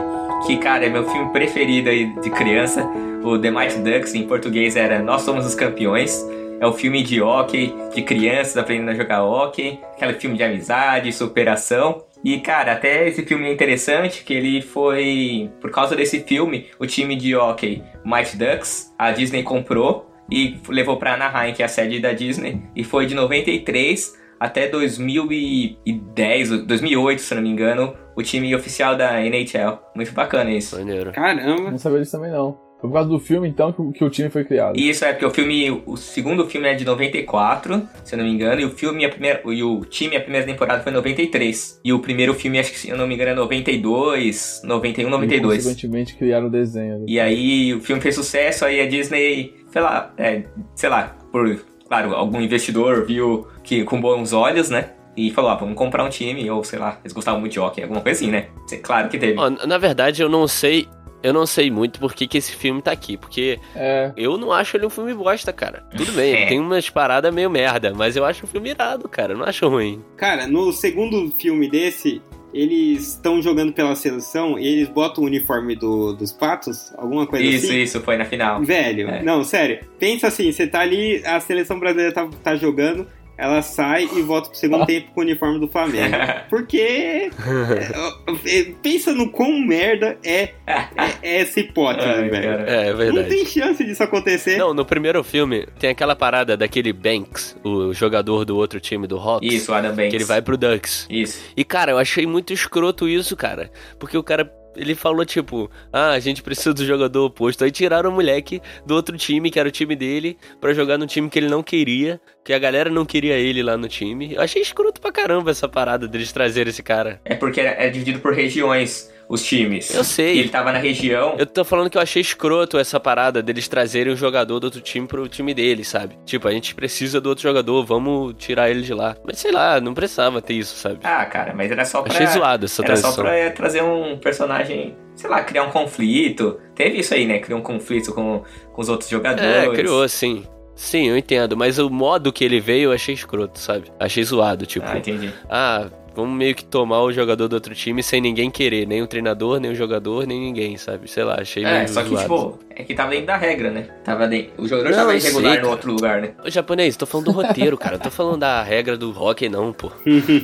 S1: que, cara, é meu filme preferido aí de criança. O The Mighty Ducks, em português era Nós Somos os Campeões. É o filme de hockey, de crianças aprendendo a jogar hockey, aquele filme de amizade, superação. E, cara, até esse filme é interessante, que ele foi... Por causa desse filme, o time de hockey Mighty Ducks, a Disney comprou e levou pra Anaheim, que é a sede da Disney, e foi de 93 até 2010, ou 2008, se não me engano, o time oficial da NHL. Muito bacana isso.
S2: Maneiro.
S3: Caramba.
S4: Não sabia disso também não. Foi por causa do filme, então, que, o- que o time foi criado.
S1: E isso é porque o filme, o segundo filme é de 94, se eu não me engano, e o filme a primeira, e o time a primeira temporada foi em 93. E o primeiro filme acho que se eu não me engano é 92, 91,
S4: E,
S1: 92.
S4: consequentemente, criaram o desenho. né?
S1: E aí o filme fez sucesso, aí a Disney, sei lá, é, sei lá, por claro, algum investidor viu que com bons olhos, né? E falou, ah, vamos comprar um time, ou sei lá, eles gostavam muito de hockey, alguma coisa assim, né? Cê- Claro que teve.
S2: Ó, na verdade, eu não sei. Eu não sei muito por que, que esse filme tá aqui, porque
S4: É,
S2: eu não acho ele um filme bosta, cara. Tudo
S1: É.
S2: bem, tem umas paradas meio merda, mas eu acho um filme irado, cara. Eu não acho ruim.
S3: Cara, no segundo filme desse, eles estão jogando pela seleção e eles botam o uniforme do- dos patos, alguma coisa
S1: isso,
S3: assim.
S1: isso, foi na final.
S3: Velho,
S1: É.
S3: não, sério. Pensa assim, você tá ali, a seleção brasileira tá, tá jogando, ela sai e volta pro segundo tempo com o uniforme do Flamengo. Porque. é, é, pensa no quão merda é, é, é essa hipótese,
S1: Ai,
S3: velho.
S1: cara.
S2: É, é
S3: Não
S2: verdade.
S3: tem chance disso acontecer.
S2: Não, no primeiro filme tem aquela parada daquele Banks, o jogador do outro time do Hawks.
S1: Isso, Adam Banks.
S2: Que ele vai pro Ducks.
S1: Isso.
S2: E, cara, eu achei muito escroto isso, cara. Porque o cara, ele falou, tipo, ah, a gente precisa do jogador oposto. Aí tiraram o moleque do outro time, que era o time dele, pra jogar no time que ele não queria, que a galera não queria ele lá no time. Eu achei escroto pra caramba essa parada deles trazerem esse cara.
S1: É porque era, era dividido por regiões os times.
S2: Eu
S1: E
S2: sei.
S1: ele tava na região.
S2: Eu tô falando que eu achei escroto essa parada deles trazerem o jogador do outro time pro time deles, sabe? Tipo, a gente precisa do outro jogador, vamos tirar ele de lá. Mas sei lá, não precisava ter isso, sabe?
S1: Ah, cara, mas era só pra.
S2: Achei zoado essa
S1: Era só
S2: transição.
S1: pra é, trazer um personagem, sei lá, criar um conflito. Teve isso aí, né? Criou um conflito com, com os outros jogadores.
S2: É, criou, sim. Sim, eu entendo, mas o modo que ele veio eu achei escroto, sabe? Achei zoado, tipo,
S1: Ah, entendi.
S2: ah, vamos meio que tomar o jogador do outro time sem ninguém querer, nem o treinador, nem o jogador, nem ninguém, sabe? Sei lá, achei
S1: É,
S2: meio
S1: só que,
S2: zoado.
S1: tipo, é que tava dentro da regra, né? Tava dentro. O jogador
S2: Não,
S1: tava
S2: eu
S1: irregular
S2: sei,
S1: no
S2: cara.
S1: outro lugar, né?
S2: Ô, japonês, tô falando do roteiro, cara, não tô falando da regra do hockey não, pô.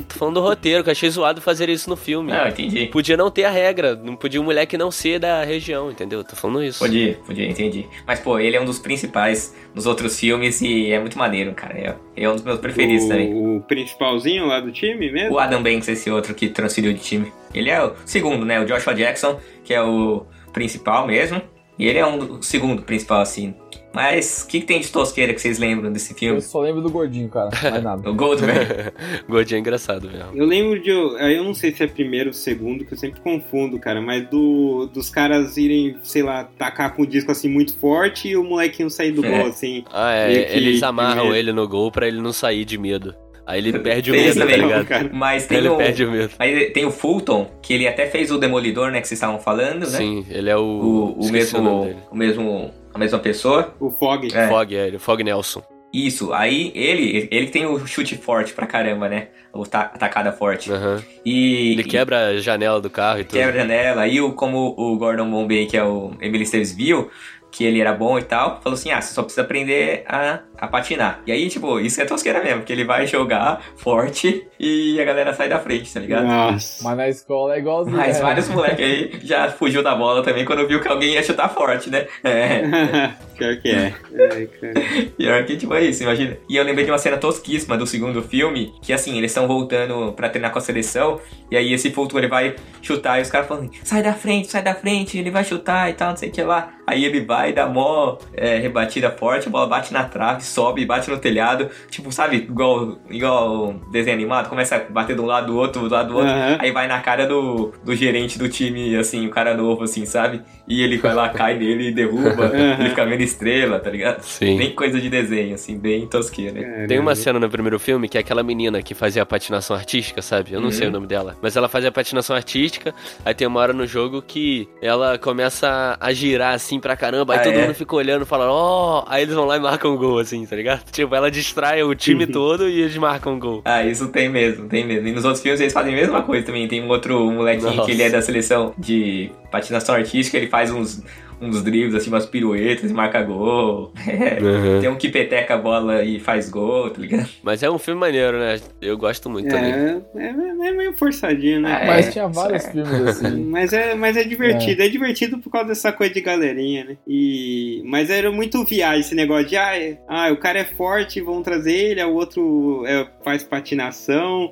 S2: tô falando do roteiro, que eu achei zoado fazer isso no filme.
S1: Não, Ah, entendi.
S2: Podia não ter a regra, não podia o moleque não ser da região, entendeu? Tô falando isso.
S1: Podia, podia, entendi. Mas, pô, ele é um dos principais nos outros filmes e é muito maneiro, cara. É, ele é um dos meus preferidos também.
S3: o, o principalzinho lá do time mesmo?
S1: O Adam Banks, esse outro que transferiu de time. Ele é o segundo, né? O Joshua Jackson, que é o principal mesmo. E ele é um do- o segundo principal, assim. Mas o que, que tem de tosqueira que vocês lembram desse
S4: eu
S1: filme?
S4: só lembro do gordinho, cara. Mais nada.
S1: O Goldberg.
S2: Gordinho é engraçado mesmo.
S3: Eu lembro de. Eu não sei se é primeiro ou segundo, que eu sempre confundo, cara, mas do, dos caras irem, sei lá, tacar com o disco assim muito forte e o molequinho sair do
S1: É.
S3: gol, assim.
S2: Ah,
S3: Meio que
S2: é, eles amarram
S3: primeiro.
S2: ele no gol pra ele não sair de medo. Aí ele perde o
S1: Tem
S2: medo,
S1: isso
S2: tá
S1: também.
S2: ligado?
S3: cara.
S1: Mas tem
S2: Ele
S1: o.
S2: perde o medo.
S1: Aí tem o Fulton, que ele até fez o Demolidor, né? Que vocês estavam falando, né?
S2: Sim, ele é o.
S1: o, o
S2: esqueci
S1: mesmo,
S2: nome dele.
S1: o mesmo, a mesma pessoa.
S3: O Fog.
S1: É.
S2: Fog, é, ele, Fog Nelson.
S1: Isso, aí ele, ele tem o chute forte pra caramba, né? O ta tacada forte.
S2: Aham.
S1: E
S2: Ele quebra a janela do carro e
S1: e
S2: tudo.
S1: quebra a janela. Aí o, como o Gordon Bombay, que é o Emily Staves viu, que ele era bom e tal, falou assim: ah, você só precisa aprender a, a patinar. E aí, tipo, isso é tosqueira mesmo, porque ele vai jogar forte e a galera sai da frente, tá ligado?
S3: Nossa.
S4: Mas na escola é igualzinho.
S1: Mas
S4: é.
S1: né? vários moleques aí já fugiu da bola também quando viu que alguém ia chutar forte, né? É.
S3: Pior que é. Ai, cara.
S1: Pior que, tipo, é isso, imagina. E eu lembrei de uma cena tosquíssima do segundo filme, que assim, eles estão voltando pra treinar com a seleção, e aí esse Fulton ele vai chutar, e os caras falam, sai da frente, sai da frente, ele vai chutar e tal, não sei o que lá. Aí ele vai, dá mó é, rebatida forte, a bola bate na trave, sobe, bate no telhado, tipo, sabe, igual, igual desenho animado, começa a bater de um lado do outro, do lado do outro,
S3: Aham.
S1: aí vai na cara do, do gerente do time, assim, o cara novo, assim, sabe? E ele vai lá, cai nele e derruba,
S3: Aham.
S1: ele fica vendo estrela, tá ligado?
S2: Sim.
S1: Bem coisa de desenho, assim, bem tosqueira.
S2: Tem
S3: Uhum.
S2: uma cena no primeiro filme que é aquela menina que fazia patinação artística, sabe? Eu não sei o nome dela. Mas ela fazia patinação artística, aí tem uma hora no jogo que ela começa a girar assim pra caramba, aí
S1: Ah,
S2: todo
S1: é?
S2: mundo fica olhando, falando, ó, aí eles vão lá e marcam o gol, assim, tá ligado? Tipo, ela distrai o time todo e eles marcam o gol.
S1: Ah, isso tem mesmo, tem mesmo. E nos outros filmes eles fazem a mesma coisa também. Tem um outro molequinho
S2: Nossa.
S1: que ele é da seleção de patinação artística, ele faz uns, uns dribles, assim, umas piruetas, marca gol. É. Tem um que peteca a bola e faz gol, tá ligado?
S2: Mas é um filme maneiro, né? Eu gosto muito também.
S3: É, é, é meio forçadinho, né?
S1: Ah,
S3: cara?
S4: Mas
S1: É,
S4: tinha vários
S1: é.
S4: filmes assim.
S3: Mas é, mas é divertido, é. divertido por causa dessa coisa de galerinha, né? E, mas era muito viagem esse negócio de ah, é- ah, o cara é forte, vão trazer ele, o outro é, faz patinação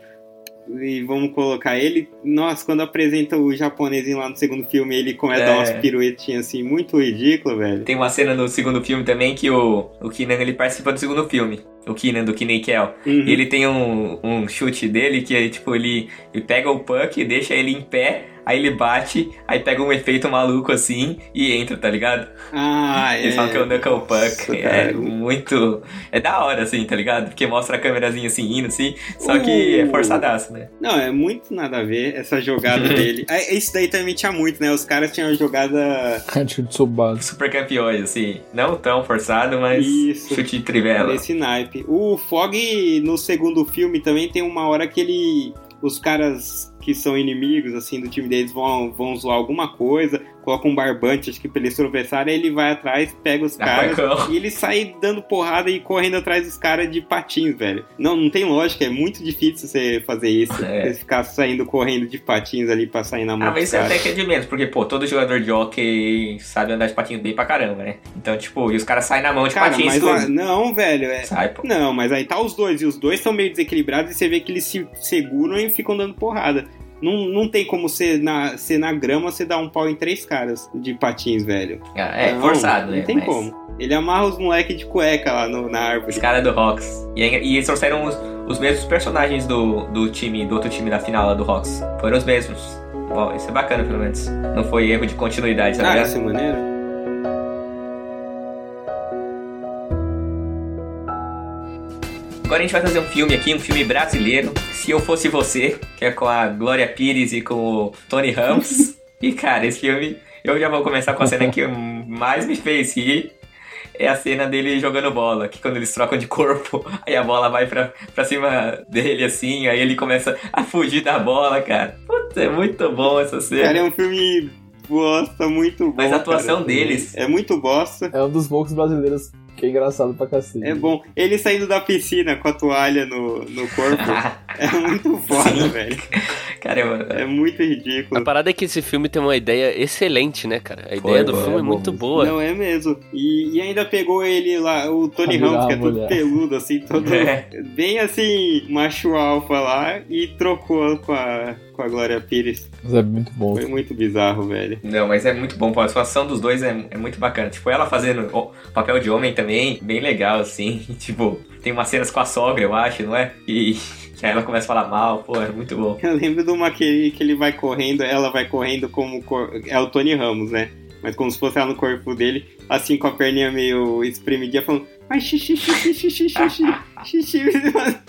S3: e vamos colocar ele. Nossa, quando apresenta o japonesinho lá no segundo filme, ele começa a dar
S1: É.
S3: umas piruetinhas assim, muito ridículo, velho.
S1: Tem uma cena no segundo filme também que o, o Keenan, ele participa do segundo filme. O Keenan, do Keenan e Kel.
S3: Uhum.
S1: E ele tem um, um chute dele que é tipo, ele, ele pega o puck, deixa ele em pé, aí ele bate, aí pega um efeito maluco assim e entra, tá ligado?
S3: Ah,
S1: Eles falam que é o Knuckle
S3: Nossa,
S1: Puck. É
S3: cara.
S1: muito. É da hora, assim, tá ligado? Porque mostra a câmerazinha assim indo, assim. Só que é
S3: Uh.
S1: forçadaço, né?
S3: Não, é muito nada a ver essa jogada dele. É, Isso daí também tinha muito, né? Os caras tinham jogada
S4: Cantinho de Tsubasa.
S1: Super campeões, assim. Não tão forçado, mas
S3: Isso.
S1: chute de trivela.
S3: Nesse naipe. O Fog, no segundo filme, também tem uma hora que ele. Os caras que são inimigos, assim, do time deles vão, vão zoar alguma coisa, colocam um barbante, acho que pra eles tropeçarem, aí ele vai atrás, pega os
S1: Na
S3: caras.
S1: cuecão.
S3: E ele sai dando porrada e correndo atrás dos caras de patins, velho. Não, não tem lógica, é muito difícil você fazer isso.
S1: É.
S3: Você ficar saindo correndo de patins ali pra sair na mão
S1: Ah, mas
S3: dos
S1: isso até
S3: caras.
S1: que é de menos, porque, pô, todo jogador de hockey sabe andar de patins bem pra caramba, né? Então, tipo, e os caras saem na mão de
S3: Cara,
S1: patins né?
S3: mas
S1: tudo.
S3: ah, não, velho, é,
S1: Sai, pô.
S3: Não, mas aí tá os dois, e os dois são meio desequilibrados, e você vê que eles se seguram e ficam dando porrada. Não, não tem como ser na, ser na grama você dar um pau em três caras de patins, velho.
S1: Ah, É,
S3: Não,
S1: forçado,
S3: não
S1: né?
S3: Não tem
S1: Mas
S3: como. Ele amarra os moleques de cueca lá no- na
S1: Os
S3: árvore.
S1: caras é do Hawks. E, aí- e eles trouxeram os, os mesmos personagens do, do time, do outro time da final lá do Hawks. Foram os mesmos. Bom, isso é bacana, pelo menos. Não foi erro de continuidade, tá
S3: Ah,
S1: ligado?
S3: essa maneira?
S1: Agora a gente vai fazer um filme aqui, um filme brasileiro. Se eu fosse você, que é com a Glória Pires e com o Tony Ramos. e cara, esse filme, eu já vou começar com a cena que mais me fez rir. É a cena dele jogando bola, que quando eles trocam de corpo, aí a bola vai pra, pra cima dele assim, aí ele começa a fugir da bola, cara. Puta, é muito bom essa
S3: Cara,
S1: cena.
S3: é um filme bosta, muito bom.
S1: Mas a atuação
S3: cara.
S1: deles-
S3: É muito bosta.
S4: É um dos poucos brasileiros que é engraçado pra cacete.
S3: É bom. Ele saindo da piscina com a toalha no, no corpo é muito foda, velho.
S1: cara, eu-
S3: É muito
S2: A
S3: ridículo.
S2: parada é que esse filme tem uma ideia excelente, né, cara? A ideia
S1: Foi,
S2: do
S1: foi,
S2: filme
S4: é
S2: é muito
S4: bom.
S2: boa.
S3: Não é mesmo. E, e ainda pegou ele lá, o Tony
S4: Pra virar
S3: Ramos, que é
S4: a
S3: todo
S4: mulher.
S3: peludo, assim, todo.
S1: É.
S3: Bem assim, macho alfa lá, e trocou com a, com a Glória Pires.
S4: Mas é muito bom.
S3: Foi muito bizarro, velho.
S1: Não, mas é muito bom, pô. A atuação dos dois é, é muito bacana. Tipo, ela fazendo o papel de homem também, bem legal, assim. Tipo, tem umas cenas com a sogra, eu acho, não é? E que aí ela começa a falar mal, pô, é muito bom.
S3: Eu lembro de uma que ele, que ele vai correndo, ela vai correndo como. cor- É o Tony Ramos, né? Mas como se fosse ela no corpo dele, assim com a perninha meio espremidinha, falando. Ai, xixi, xixi, xixi, xixi, xixi.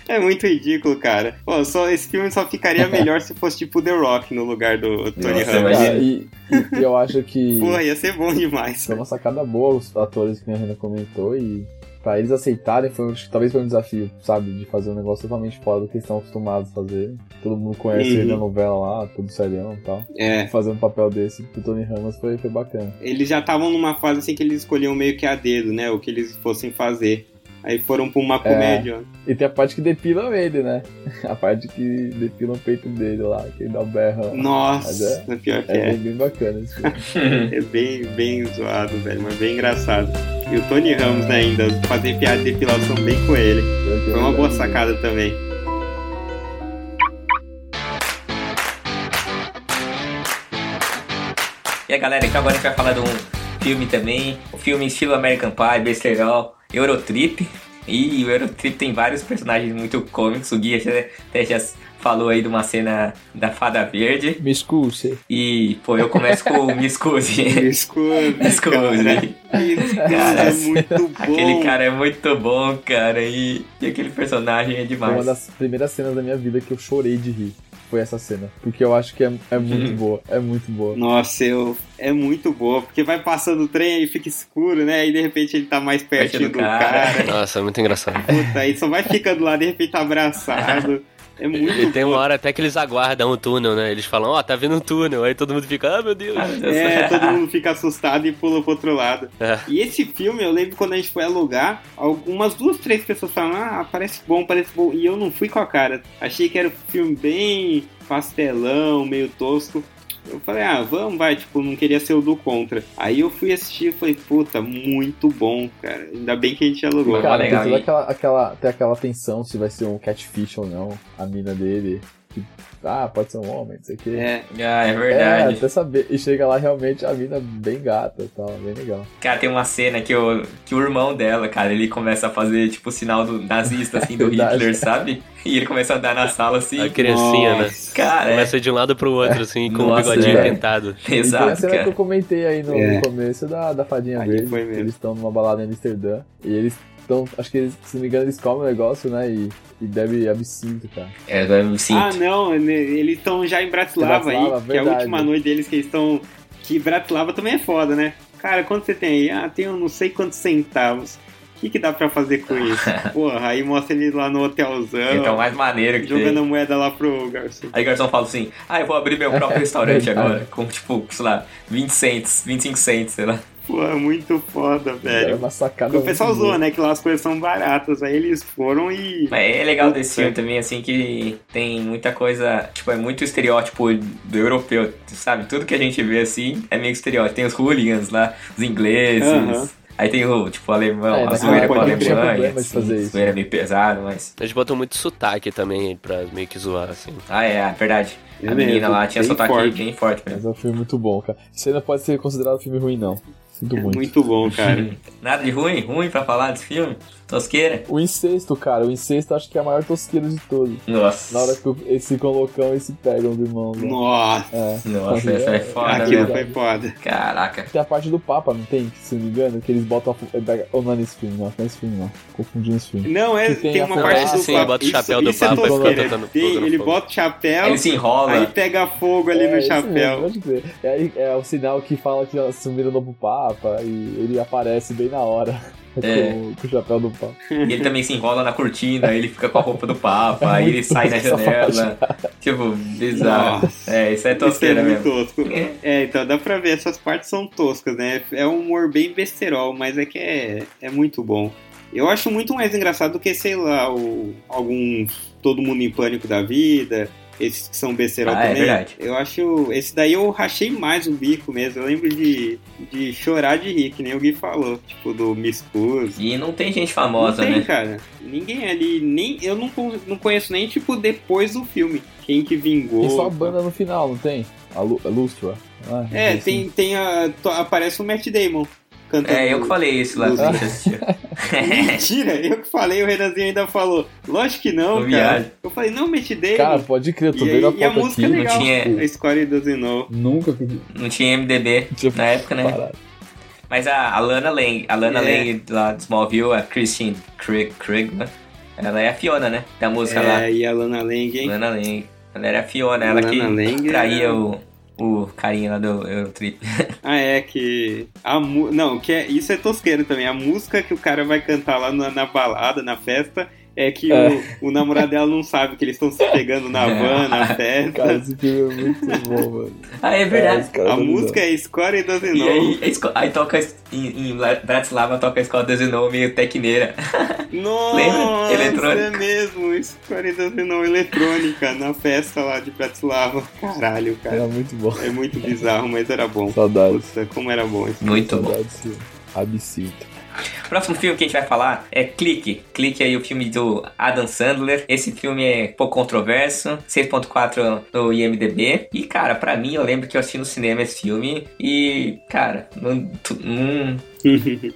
S3: É muito ridículo, cara. Pô, só, esse filme só ficaria melhor se fosse tipo The Rock no lugar do Tony
S1: Nossa,
S3: Ramos.
S1: imagina.
S4: Cara, e, e eu acho que
S3: Porra, ia ser bom demais.
S4: foi uma sacada boa os atores que a Renan comentou e pra eles aceitarem foi acho que talvez foi um desafio, sabe, de fazer um negócio totalmente fora do que eles estão acostumados a fazer. Todo mundo conhece
S3: Uhum.
S4: ele na novela lá, todo serião e tal.
S3: É.
S4: Fazer um papel desse pro Tony Ramos foi, foi bacana.
S3: Eles já estavam numa fase assim que eles escolhiam meio que a dedo, né? O que eles fossem fazer. Aí foram pra
S4: É.
S3: uma comédia.
S4: E tem a parte que depilam ele, né? A parte que depilam o peito dele lá, que ele dá o berro lá. Mas
S3: Nossa,
S4: é-
S3: pior que
S4: É,
S3: Hum, é.
S4: bem- bem bacana esse filme.
S3: É bem, bem zoado, velho, mas bem engraçado. E o Tony Ramos né, ainda, fazer piada de depilação bem com ele. Foi uma boa sacada também.
S1: E aí, galera, então agora a gente vai falar de um filme também, um filme estilo American Pie, besterol, Eurotrip. E o Eurotrip tem vários personagens muito cômicos. O Gui até até já falou aí de uma cena da Fada Verde.
S4: Me escute.
S1: E, pô, eu começo com o Me Excuse.
S3: Escuro,
S1: Me Excuse.
S3: né? cara, é muito bom.
S1: né? Aquele cara é muito bom, cara. E, e aquele personagem é
S4: Foi uma
S1: demais.
S4: das primeiras cenas da minha vida que eu chorei de rir. Foi essa cena. Porque eu acho que é, é
S1: Uhum.
S4: muito boa. É muito boa.
S3: Nossa, eu... é muito boa, porque vai passando o trem aí fica escuro, né? Aí de repente ele tá mais pertinho
S1: do
S3: do
S1: cara.
S3: cara.
S2: Nossa, é muito engraçado.
S3: Puta, aí só vai ficando lá, de repente tá abraçado. É
S2: E
S3: muito
S2: tem
S3: bom.
S2: uma hora até que eles aguardam o túnel, né? Eles falam, ó, tá vindo um túnel. Aí todo mundo fica, ah, meu Deus.
S3: É, todo mundo fica assustado e pula pro outro lado.
S2: É.
S3: E esse filme, eu lembro quando a gente foi alugar, algumas duas, três pessoas falaram, ah, parece bom, parece bom. E eu não fui com a cara. Achei que era um filme bem pastelão, meio tosco. Eu falei, ah, vamos, vai, tipo, não queria ser o do contra. Aí eu fui assistir e falei, puta, muito bom, cara. Ainda bem que a gente alugou.
S1: Legal.
S4: Cara, tem
S1: legal,
S4: toda
S1: hein?
S4: aquela, aquela, tem aquela tensão se vai ser um catfish ou não, a mina dele. Que, ah, pode ser um homem, não sei o que.
S3: É,
S1: Ah, é
S4: É,
S1: verdade.
S4: até saber. E chega lá realmente a mina bem gata e tal, bem legal.
S1: Cara, tem uma cena que o, que o irmão dela, cara, ele começa a fazer, tipo, o sinal do nazista, assim, do
S4: Verdade.
S1: Hitler, sabe? E ele começa a andar na sala, assim.
S2: A criancinha, né?
S3: Nossa.
S1: Cara, é.
S2: Começa de um lado pro outro, assim, com o
S1: Nossa,
S2: bigodinho
S4: é.
S2: pintado.
S4: e tem a
S1: Exato,
S4: cena que eu
S1: cara.
S4: comentei aí no
S3: É.
S4: começo da, da fadinha
S3: Aí
S4: verde.
S3: foi mesmo.
S4: Eles estão numa balada em Amsterdã e eles estão. Acho que eles, se não me engano, eles comem o negócio, né? E, e bebe absinto, cara.
S1: É, vai me sinto.
S3: Ah, não, né, eles estão já em Bratislava, aí,
S4: Bratislava,
S3: que é a
S4: verdade.
S3: última noite deles que eles estão. Que Bratislava também é foda, né? Cara, quanto você tem aí? Ah, tenho não sei quantos centavos. O que, que dá pra fazer com isso? Porra, aí mostra ele lá no hotelzão,
S1: Então, mais maneiro que
S3: jogando
S1: tem.
S3: a moeda lá pro garçom.
S1: Aí o garçom fala assim, ah, eu vou abrir meu próprio restaurante
S4: Verdade.
S1: agora, com, tipo, sei lá, 20 cents, 25 cents, sei lá.
S3: Porra, muito foda,
S4: É
S3: velho.
S4: uma sacada.
S3: Porque o pessoal
S4: muito boa.
S3: zoa, né? Que lá as coisas são baratas. Aí eles foram e.
S1: Mas é legal desse
S3: Puta.
S1: filme também, assim, que tem muita coisa, tipo, é muito estereótipo do europeu, sabe? Tudo que a gente vê, assim, é meio estereótipo. Tem os hooligans lá, os ingleses,
S3: Aham.
S1: aí tem o, tipo, o alemão,
S4: É,
S1: a
S4: naquela
S1: zoeira com a
S3: época não
S4: tinha
S1: Alemanha,
S4: problema de fazer
S1: assim,
S4: isso.
S1: zoeira meio pesado, mas...
S2: Eles botam muito sotaque também pra meio que zoar, assim.
S1: Ah, é, é verdade.
S3: É
S1: a
S3: mesmo,
S1: menina lá tinha
S3: bem
S1: sotaque
S3: forte.
S1: bem forte mesmo.
S4: Mas é um filme muito bom, cara. Isso aí não pode ser considerado filme ruim, não. Sinto
S3: É
S4: muito.
S3: muito bom, cara.
S1: Nada de ruim, ruim pra falar desse filme? Tosqueira?
S4: O incesto, cara. O incesto acho que é a maior tosqueira de todos.
S1: Nossa.
S4: Na hora que eles se colocam e se pegam os irmãos. né?
S3: Nossa,
S4: É.
S1: Nossa, essa é foda,
S4: Aqui,
S3: aquilo
S1: né?
S4: né?
S3: foi foda.
S1: Caraca.
S4: Tem a parte do Papa, não tem? Se não me engano, que eles botam a. fu- é da- Ou não é nesse filme, não. Não é nesse filme, não. Confundi nesse filme.
S3: Não, é,
S4: Que
S3: tem,
S4: tem
S3: uma
S4: a-
S3: parte
S4: Ah,
S3: do
S2: sim,
S3: papo-
S2: bota o
S3: isso-
S2: chapéu do
S3: isso é
S2: papo,
S4: ele
S3: tosqueira.
S2: botando fogo
S3: Tem-
S2: no
S3: ele
S2: fogo.
S3: bota é o chapéu,
S1: Ele se enrola. é.
S3: aí pega fogo ali
S4: É,
S3: no
S4: isso mesmo,
S3: chapéu.
S4: pode crer. É, aí- é o sinal que fala que assumiram o novo Papa e ele aparece bem na hora
S1: É.
S4: com, com o chapéu do Papa.
S1: E ele também se enrola na cortina, ele fica com a roupa do Papa, aí ele sai na
S4: essa
S1: janela. Tipo, bizarro.
S3: Nossa.
S1: É, isso é
S3: Isso é
S1: tosqueira
S3: muito
S1: mesmo.
S3: tosco. É, então dá pra ver, essas partes são toscas, né? É um humor bem besterol, mas é que é, é muito bom. Eu acho muito mais engraçado do que, sei lá, o, algum Todo Mundo em Pânico da Vida, esses que são besterol
S1: Ah, é
S3: também.
S1: verdade.
S3: Eu acho. Esse daí eu rachei mais o bico mesmo. Eu lembro de, de chorar de rir, que nem o Gui falou, tipo, do Miscus.
S1: E não tem gente famosa,
S3: não tem,
S1: né?
S3: cara. Ninguém ali, nem eu não, con- não conheço nem tipo depois do filme quem que vingou.
S4: Tem só a banda no final, não tem? A, Lu, a Lustra. Ah,
S3: É,
S4: assim.
S3: tem tem a, to- aparece o Matt Damon cantando.
S1: É, eu que falei isso lá quando a gente assistiu.
S3: Mentira, eu que falei, o Renanzinho ainda falou. Lógico que
S1: Eu
S3: não, cara.
S1: viagem.
S3: Eu falei, não, Matt Damon.
S4: Cara, pode crer, eu tô
S3: E
S4: vendo
S3: aí- e a
S4: a foto
S3: música
S4: aqui.
S3: é legal.
S1: Não tinha,
S3: a Score doesn't know.
S4: Nunca pedi.
S1: não tinha MDB na época, né? Mas a, a Lana Lang, a Lana
S3: É.
S1: Lang lá do Smallville, a Christine Krig, Krigman, ela é a Fiona, né? Da música lá.
S3: É, e a Lana Lang, hein?
S1: Lana Lang. Ela era a Fiona, ela
S3: Lana
S1: que
S3: Lang
S1: traía
S3: era-
S1: o, o carinha lá do Eurotrip.
S3: Ah, é, que. A mu... Não, que é... isso é tosqueiro também. A música que o cara vai cantar lá na, na balada, na festa, é que o, o namorado dela não sabe que eles estão se pegando na
S1: É.
S3: van, na festa.
S4: Cara, esse filme é muito bom, mano.
S1: Ah, é
S4: Cara,
S1: verdade.
S4: esse cara
S3: A
S4: tá me
S3: música é Score e Doesn't
S1: E
S3: Know.
S1: aí, a esco- aí toca em, em Bratislava, toca a escola desenhou meio tecneira.
S3: Nossa,
S1: Lembra? Eletrônica.
S3: é mesmo. Score e Doesn't Know eletrônica na festa lá de Bratislava. Caralho,
S4: dando.
S3: cara.
S4: Era muito bom.
S3: É muito bizarro, mas era bom.
S4: Saudades.
S3: Puta, como era bom isso.
S1: Muito bom.
S4: Saudades desse filme. Absinto.
S1: Próximo filme que a gente vai falar é Clique. Clique aí o filme do Adam Sandler. Esse filme é um pouco controverso, 6.4 no IMDb. E cara, pra mim eu lembro que eu assisti no cinema esse filme e cara, não, tu- não-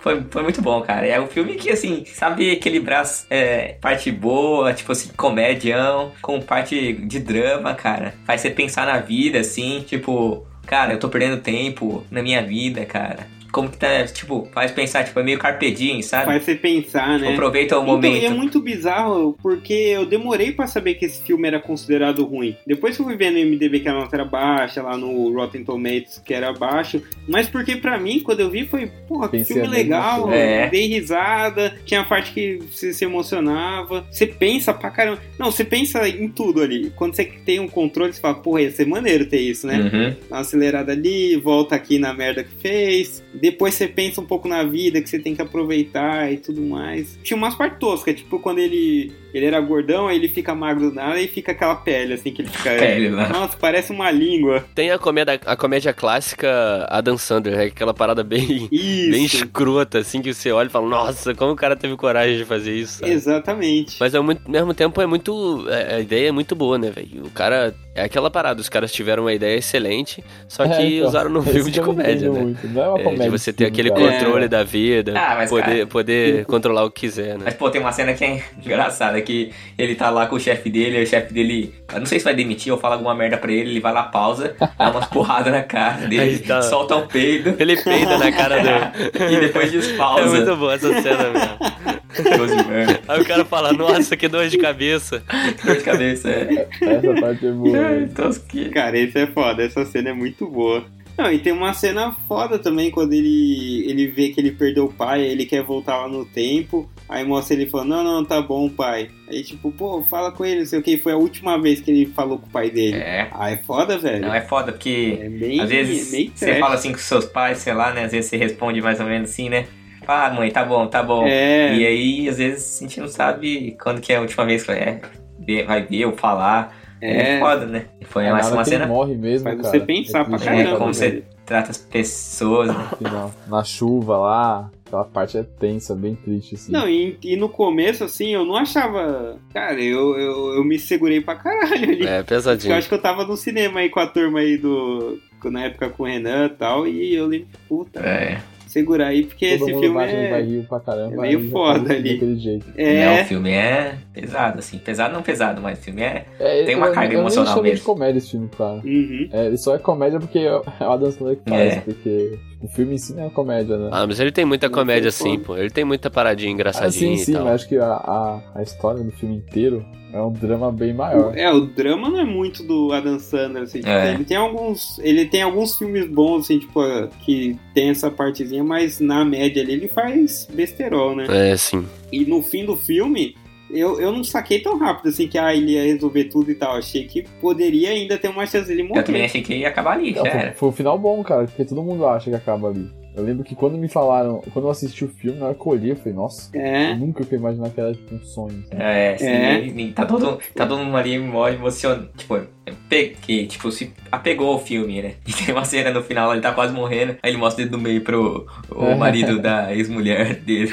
S1: foi, foi muito bom, cara. É um filme que assim sabe equilibrar é, parte boa, tipo assim comedião, com parte de drama, cara. Faz você pensar na vida, assim, tipo cara, eu tô perdendo tempo na minha vida, cara. Como que tá, tipo, faz pensar, tipo, é meio carpedinho, sabe?
S3: Faz você pensar, né?
S1: Aproveita o
S3: Então, e
S1: momento.
S3: é muito bizarro, porque eu demorei pra saber que esse filme era considerado ruim. Depois que eu fui ver no MDB que a nota era baixa, lá no Rotten Tomatoes que era baixo, mas porque pra mim, quando eu vi, foi, porra, que
S4: Pensei
S3: filme
S4: a mesma
S3: legal,
S1: coisa. É.
S3: dei risada, tinha a parte que você se emocionava, você pensa pra caramba. Não, você pensa em tudo ali. Quando você tem um controle, você fala, porra, ia ser maneiro ter isso, né?
S1: Uhum.
S3: Dá uma acelerada ali, volta aqui na merda que fez. Depois você pensa um pouco na vida que você tem que aproveitar e tudo mais. Tinha umas partes toscas, tipo quando ele, ele era gordão, aí ele fica magro do nada e fica aquela pele assim que ele fica.
S1: Pele lá.
S3: Nossa, parece uma língua.
S2: Tem a comédia, a comédia clássica Adam Sandler, é aquela parada bem, bem
S3: Isso.
S2: escrota, assim, que você olha e fala, nossa, como o cara teve coragem de fazer isso? sabe?
S3: Exatamente.
S2: Mas ao mu- mesmo tempo é muito. é- A ideia é muito boa, né, velho? O cara. É aquela parada, os caras tiveram uma ideia excelente, só que
S4: É, então,
S2: usaram num
S4: esse
S2: filme de
S4: eu não
S2: comédia,
S4: entendo
S2: né?
S4: muito. Não é uma
S2: É,
S4: comédia.
S2: de você ter
S4: esse
S2: aquele
S4: filme, cara.
S2: controle da vida,
S1: Ah, mas,
S2: poder,
S1: cara-
S2: poder controlar o que quiser, né?
S1: Mas, pô, tem uma cena que é engraçada, que ele tá lá com o chefe dele, aí o chefe dele, eu não sei se vai demitir ou fala alguma merda pra ele, ele vai lá, pausa, dá umas porradas na cara dele,
S2: Aí tá.
S1: solta um peido
S2: Ele peida na cara do.
S1: e depois despausa.
S2: É muito boa essa cena mesmo.
S1: Doze merda.
S2: Aí o cara fala, nossa, que dor de cabeça.
S1: Dor de cabeça, é.
S4: Essa parte é boa.
S1: Ai,
S4: né?
S1: tosquinha.
S3: Cara, esse é foda, essa cena é muito boa. Não, e tem uma cena foda também quando ele, ele vê que ele perdeu o pai, aí ele quer voltar lá no tempo, aí mostra ele falando, não, não, tá bom, pai. Aí tipo, pô, fala com ele, não sei o que, foi a última vez que ele falou com o pai dele.
S1: É.
S3: Ah, é foda, velho.
S1: Não, é foda, porque
S3: É bem,
S1: Às vezes
S3: é bem
S1: você
S3: trash.
S1: fala assim com seus pais, sei lá, né? Às vezes você responde mais ou menos assim, né? Ah, mãe, tá bom, tá bom.
S3: É.
S1: E aí, às vezes, a gente não sabe quando que é a última vez que é, ver- vai ver ou falar. É,
S3: É,
S1: foda, né? Foi
S4: Na
S1: mais
S4: hora
S1: uma
S4: que ele
S1: cena
S4: morre mesmo,
S3: faz
S4: cara.
S3: você pensar pra
S4: triste, né,
S1: É,
S3: caramba.
S1: como você-
S3: velho.
S1: que trata as pessoas, né?
S4: no final. Na chuva lá, aquela parte é tensa, bem triste, assim.
S3: Não, e, e no começo, assim, eu não achava. Cara, eu, eu, eu me segurei pra caralho ali.
S2: É,
S3: Porque Eu
S2: pesadinho.
S3: acho que eu tava no cinema aí com a turma aí do. Na época com o Renan e tal, e eu lembro, puta,
S1: É,
S3: segurar aí, porque
S4: Todo
S3: esse
S4: mundo
S3: filme
S4: bate no
S3: é.
S4: barril pra caramba.
S3: é meio
S4: aí já
S3: foda
S4: parece
S3: ali.
S4: Daquele jeito.
S1: né,
S3: É,
S1: O filme é pesado, assim. Pesado não pesado, mas o filme é.
S4: É,
S1: Tem uma
S4: eu-
S1: carga
S4: eu nem
S1: emocional
S4: chamo de
S1: mesmo.
S4: comédia esse filme, cara.
S3: uhum.
S4: É, ele só é comédia porque é o Adam Sandler que faz,
S1: É.
S4: porque o filme em si não é comédia, né?
S2: Ah, mas ele tem muita
S3: Não
S2: comédia
S3: tem como.
S2: assim, pô. Ele tem muita paradinha
S4: Ah, sim,
S2: engraçadinha
S4: sim,
S2: e tal.
S4: mas acho que a, a, a história do filme inteiro é um drama bem maior.
S3: É, o drama não é muito do Adam Sandler, assim, tipo,
S1: É.
S3: ele tem alguns. Ele tem alguns filmes bons, assim, tipo, ah, que tem essa partezinha, mas na média ali ele faz besterol, né?
S2: É, sim.
S3: E no fim do filme, eu, eu não saquei tão rápido assim que ah, ele ia resolver tudo e tal. Achei que poderia ainda ter uma chance dele
S1: Eu também
S3: morrer.
S1: achei que ia acabar ali,
S4: Não,
S1: já
S4: foi,
S1: era.
S4: foi um final bom, cara, porque todo mundo acha que acaba ali. Eu lembro que quando me falaram, quando eu assisti o filme, na hora que eu olhei, eu falei, nossa,
S3: É.
S4: eu nunca fui imaginar que era tipo um sonho. sabe?
S1: É, sim,
S3: É.
S1: e- e tá todo, tá todo mundo ali mó emocionado. Tipo, pe- que tipo, se apegou ao filme, né? E tem uma cena no final, ele tá quase morrendo, aí ele mostra o dedo do meio pro o marido da ex-mulher dele.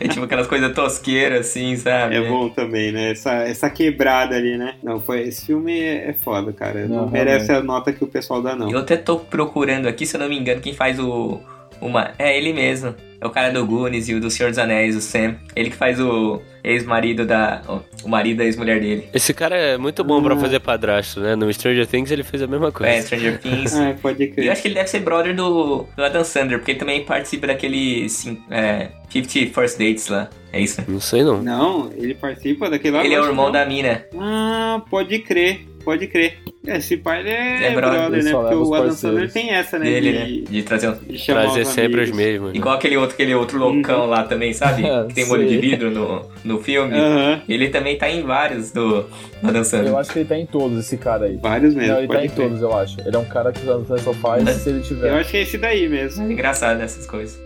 S1: É tipo aquelas coisas tosqueiras, assim, sabe?
S3: É bom também, né? Essa, essa quebrada ali, né? Não, foi, esse filme é, é foda, cara. Não,
S4: Não,
S3: merece a nota que o pessoal dá, não.
S1: Eu até tô procurando aqui, se eu não me engano, quem faz o. Uma. É ele mesmo. É o cara do Goonies e o do Senhor dos Anéis, o Sam. Ele que faz o ex-marido da. O marido da ex-mulher dele.
S2: Esse cara é muito bom pra
S3: Ah.
S2: fazer padrasto, né? No Stranger Things ele fez a mesma coisa.
S1: É, Stranger Things.
S3: Ah, pode
S1: E eu
S3: crer.
S1: acho que ele deve ser brother do, do Adam Sandler, porque ele também participa daquele sim, é, 50 First Dates lá. É isso, né?
S2: Não sei não.
S3: Não, ele participa daquele lá.
S1: ele é o
S3: lógico,
S1: irmão
S3: não.
S1: da mina.
S3: Ah, pode crer, pode crer. É, esse pai ele é,
S1: É brother,
S3: brother, né?
S4: só
S3: Porque
S4: leva os
S3: o Adam
S4: parceiros.
S3: Sandler tem essa, né?
S1: dele,
S3: de,
S1: né? De trazer um.
S3: de chamar
S2: Trazer
S3: os
S2: sempre os
S3: amigos.
S2: mesmos. né?
S1: Igual aquele outro, aquele outro loucão lá também, sabe?
S4: É,
S1: Que tem molho
S4: sei.
S1: de vidro no, no filme.
S3: Aham,
S1: Ele também tá em vários do, do Adam
S4: Eu
S1: Sandler.
S4: acho que ele tá em todos, esse cara aí.
S3: vários mesmo.
S4: Não, ele
S3: pode
S4: tá em
S3: crer.
S4: todos, né? eu acho. Ele é um cara que o Adam Sandler só faz se ele tiver.
S3: Eu acho que é esse daí mesmo.
S1: É Engraçado essas coisas.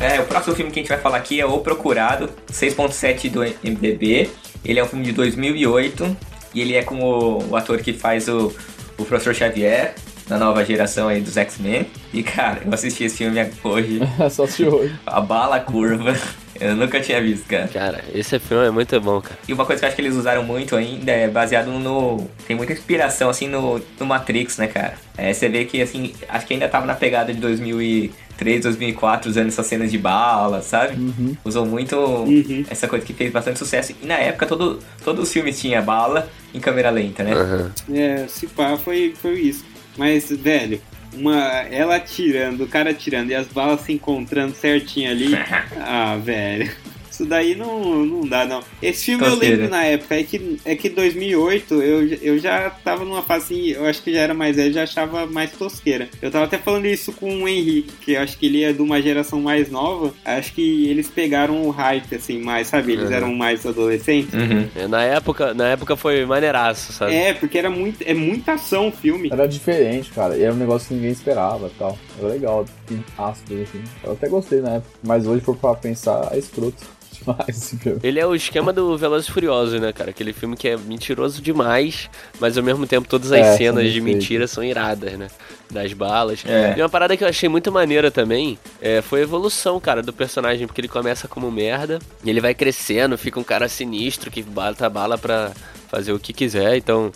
S1: É, o próximo filme que a gente vai falar aqui é O Procurado, 6.7 do MDB. Ele é um filme de 2008 e ele é com o, o ator que faz o, o Professor Xavier, da nova geração aí dos X-Men. E cara, eu assisti esse filme hoje,
S4: Só se hoje.
S1: a bala curva. Eu nunca tinha visto, cara.
S2: Cara, esse filme é muito bom, cara.
S1: E uma coisa que eu acho que eles usaram muito ainda é baseado no. Tem muita inspiração, assim, no, no Matrix, né, cara? É, você vê que, assim, acho que ainda tava na pegada de 2003, 2004, usando essas cenas de bala, sabe?
S4: Uhum.
S1: Usou muito
S3: Uhum.
S1: essa coisa que fez bastante sucesso. E na época, todo, todos os filmes tinha bala em câmera lenta, né?
S2: Aham.
S3: É, se pá, foi, foi isso. Mas, velho, uma, ela atirando, o cara atirando e as balas se encontrando certinho ali. ah, velho. Isso daí não, não dá, não. Esse filme eu
S1: Tosqueira.
S3: lembro na época, é que, é que 2008 eu, eu já tava numa fase assim, eu acho que já era mais velho, já achava mais tosqueira. Eu tava até falando isso com o Henrique, que eu acho que ele é de uma geração mais nova, acho que eles pegaram o hype, assim, mais, sabe? Eles
S2: Uhum.
S3: eram mais adolescentes.
S1: Uhum.
S2: É, Na época, na época foi maneiraço, sabe?
S3: É, porque era muito, é muita ação o filme.
S4: Era diferente, cara. E era um negócio que ninguém esperava e tal. Era legal, tem aspas, assim. Eu até gostei na época. Mas hoje, for pra pensar, é escroto demais esse filme.
S2: Ele é o esquema do Velozes e Furiosos, né, cara? Aquele filme que é mentiroso demais, mas ao mesmo tempo todas as
S4: É, são
S2: cenas de
S4: perfeitas.
S2: mentira são iradas, né? Das balas.
S1: É.
S2: E uma parada que eu achei muito maneira também é, foi a evolução, cara, do personagem, porque ele começa como um merda, e ele vai crescendo, fica um cara sinistro que bata a bala pra fazer o que quiser, então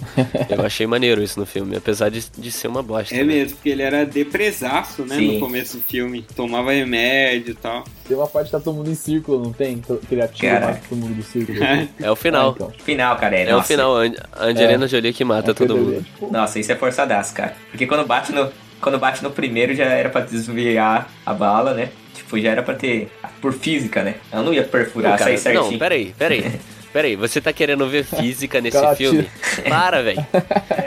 S2: eu achei maneiro isso no filme, apesar de, de ser uma bosta.
S3: É
S2: né?
S3: mesmo, porque ele era depresaço, né?
S1: Sim.
S3: No começo do filme. Tomava remédio e tal.
S4: Tem uma parte que tá todo mundo em círculo, não tem? To- Que ele atira
S1: Caraca.
S4: mais todo mundo do círculo.
S2: É o final.
S4: Ah, então.
S1: Final, cara. É,
S2: É o
S1: nossa.
S2: final, a An- a Angelina Jolie que mata tá
S4: É
S2: todo
S4: PDB.
S2: mundo.
S1: Nossa, isso é forçadaço, cara. Porque quando bate no, quando bate no primeiro já era pra desviar a bala, né? Tipo, já era pra ter. Por física, né? Ela não ia perfurar,
S2: Não, cara,
S1: sair certinho.
S2: não, peraí, peraí. Peraí, você tá querendo ver física nesse
S4: Cara,
S2: filme? Para, velho.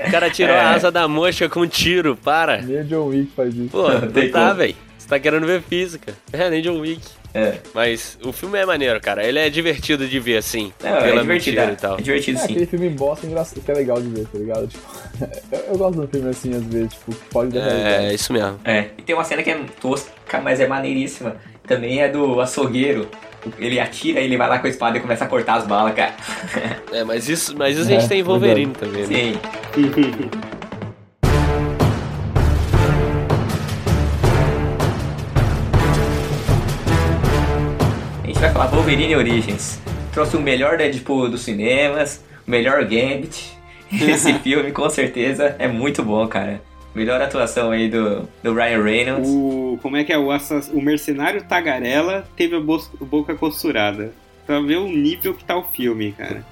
S2: O cara tirou
S1: É.
S2: a asa da mosca com um tiro, para.
S4: Nem o John Wick faz isso.
S2: Pô,
S1: Não tem
S2: não tá,
S1: como.
S2: velho. Você tá querendo ver física. É, nem John Wick.
S1: É.
S2: Mas o filme é maneiro, cara. Ele é divertido de ver, assim.
S1: Não, é
S2: pela
S1: divertido.
S2: mentira
S1: É,
S2: e tal.
S1: é divertido
S4: É
S1: sim.
S4: aquele filme bosta engraçado, que é legal de ver, tá ligado? Tipo, eu, eu gosto de um filme assim, às vezes, tipo, que pode dar
S2: É, isso mesmo.
S1: É. E tem uma cena que é tosca, mas é maneiríssima. Também é do açougueiro. Ele atira, ele vai lá com a espada e começa a cortar as balas, cara.
S2: É, mas isso, mas isso a gente
S4: É,
S2: tem em Wolverine também, né?
S1: Sim. A gente vai falar Wolverine Origins. Trouxe o melhor Deadpool dos cinemas, o melhor Gambit. Esse filme, com certeza, é muito bom, cara. Melhor atuação aí do, do Ryan Reynolds.
S3: O, como é que é? O, assass- o mercenário Tagarela teve a bos- boca costurada. Pra ver o nível que tá o filme, cara.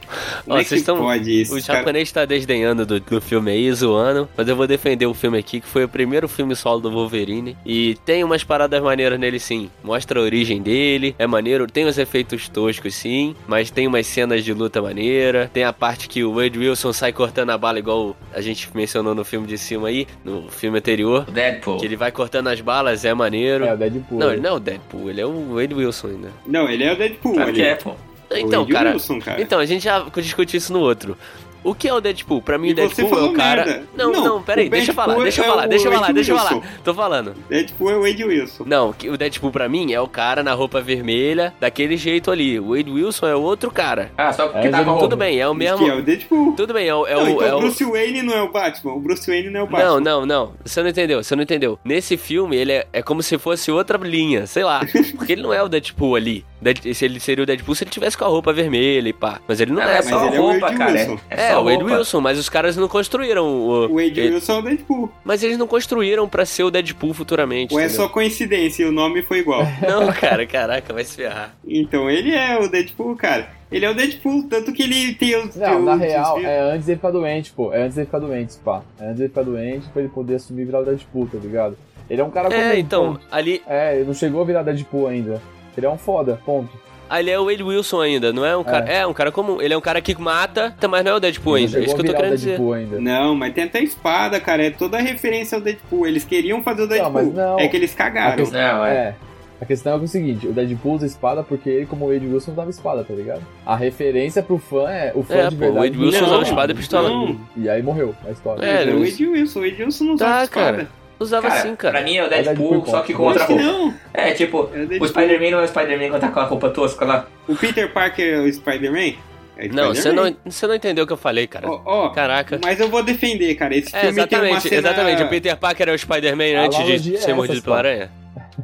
S3: Como
S2: Ó,
S3: é que
S2: vocês tão-
S3: pode isso?
S2: O
S3: cara?
S2: japonês tá desdenhando do, do filme aí, zoando, mas eu vou defender o filme aqui, que foi o primeiro filme solo do Wolverine. E tem umas paradas maneiras nele sim. Mostra a origem dele, é maneiro, tem os efeitos toscos sim, mas tem umas cenas de luta maneira. Tem a parte que o Wade Wilson sai cortando a bala, igual a gente mencionou no filme de cima aí, no filme anterior.
S1: O Deadpool.
S2: Que ele vai cortando as balas, é maneiro.
S4: É, o Deadpool.
S2: Não, ele não é o Deadpool, ele é o Wade Wilson ainda.
S3: Não, ele é o Deadpool.
S1: Sabe
S3: ele
S1: que é, pô.
S3: o
S2: Então,
S3: Wade
S2: cara,
S3: Wilson, cara.
S2: então, a gente já discutiu isso no outro. O que é o Deadpool? Pra mim,
S3: E
S2: o Deadpool
S3: você
S2: é
S3: falou
S2: o cara.
S3: merda.
S2: Não,
S3: Não,
S2: não, peraí,
S3: o
S2: deixa eu falar,
S3: Deadpool
S2: deixa eu
S3: é
S2: falar,
S3: o
S2: deixa eu falar,
S3: Wade
S2: deixa eu
S3: Wilson.
S2: falar. Tô falando.
S3: Deadpool é o Wade Wilson.
S2: Não, que- o Deadpool pra mim é o cara na roupa vermelha, daquele jeito ali. O Wade Wilson é o outro cara.
S1: Ah, só porque
S4: É,
S1: tá
S4: já
S1: com
S4: não-
S2: Tudo bem, é o
S3: Diz Que é
S2: mesmo.
S3: o Deadpool.
S2: Tudo bem, é o. É
S3: não,
S2: o,
S3: então
S2: é
S3: o
S2: o...
S3: Bruce Wayne não é o Batman. O Bruce Wayne não é o Batman.
S2: Não, não, não. Você não entendeu, você não entendeu. Nesse filme, ele é, é como se fosse outra linha, sei lá. Porque ele não é o Deadpool ali. Dead- se ele seria o Deadpool se ele tivesse com a roupa vermelha e pá. Mas ele não
S1: Ah,
S2: é,
S1: é
S2: pô.
S1: só
S3: ele é o
S1: roupa,
S3: Wade
S1: cara. É,
S3: Wilson.
S2: É,
S1: só
S2: o Wade
S1: roupa.
S2: Wilson, mas os caras não construíram o.
S3: O Wade
S2: ele-
S3: Wilson é o Deadpool.
S2: Mas eles não construíram pra ser o Deadpool futuramente.
S3: Ou é
S2: entendeu?
S3: só coincidência e o nome foi igual.
S2: Não, cara, caraca, vai se ferrar.
S3: Então ele é o Deadpool, cara. Ele é o Deadpool, tanto que ele tem os. tem
S4: Não,
S3: os
S4: na real,
S3: desvios.
S4: é antes dele ficar doente, pô. É antes dele ficar doente, pá. É antes dele ficar doente pra ele poder assumir e virar o Deadpool, tá ligado? Ele é um cara
S2: É,
S4: comum,
S2: então,
S4: ponto.
S2: ali.
S4: É, ele não chegou a virar Deadpool ainda. Ele é um foda, ponto.
S2: Ah, ele é o Wade Wilson ainda, não é um cara. É, um cara comum. Ele é um cara que mata, mas não é o Deadpool
S4: Não
S2: ainda. É
S4: chegou
S2: isso
S4: a
S2: que eu tô
S4: virar o
S2: querendo dizer.
S4: Deadpool ainda.
S3: Não, mas tem até espada, cara. É toda referência ao Deadpool. Eles queriam fazer o Deadpool.
S4: mas não.
S3: É que eles
S4: A
S3: cagaram.
S4: questão-
S1: Não, é.
S4: É. A questão é o seguinte, o Deadpool usa espada porque ele, como o Wade Wilson, usava espada, tá ligado? A referência pro fã é o fã
S2: É, pô,
S4: de
S2: o
S4: verdade.
S2: Wade Wilson
S4: não.
S2: usava espada e pistola.
S3: Não,
S4: E aí morreu a história.
S2: É,
S3: é, o
S2: eles-
S3: Wade Wilson. O Wade Wilson não
S2: Tá,
S3: usava espada.
S2: cara. Usava
S1: Cara,
S2: assim, cara.
S1: pra mim é o
S4: É
S1: Deadpool,
S4: Deadpool,
S1: só que com
S4: pô.
S1: outra
S3: Acho que
S1: roupa.
S3: não.
S1: É, tipo,
S3: É o
S1: o
S3: Deadpool.
S1: Spider-Man não é o Spider-Man quando tá com a roupa tosca lá.
S3: O Peter Parker é o Spider-Man? É
S2: Não, você
S3: Spider-Man.
S2: não, você não entendeu o que eu falei, cara.
S3: Ó, ó,
S2: Caraca.
S3: mas eu vou defender, cara. Esse
S2: É,
S3: filme tem uma
S2: exatamente,
S3: cena...
S2: exatamente. O Peter Parker é o Spider-Man
S4: A
S2: antes
S4: analogia
S2: de
S4: é
S2: ser
S4: essa,
S2: mordido
S4: só.
S2: pela aranha.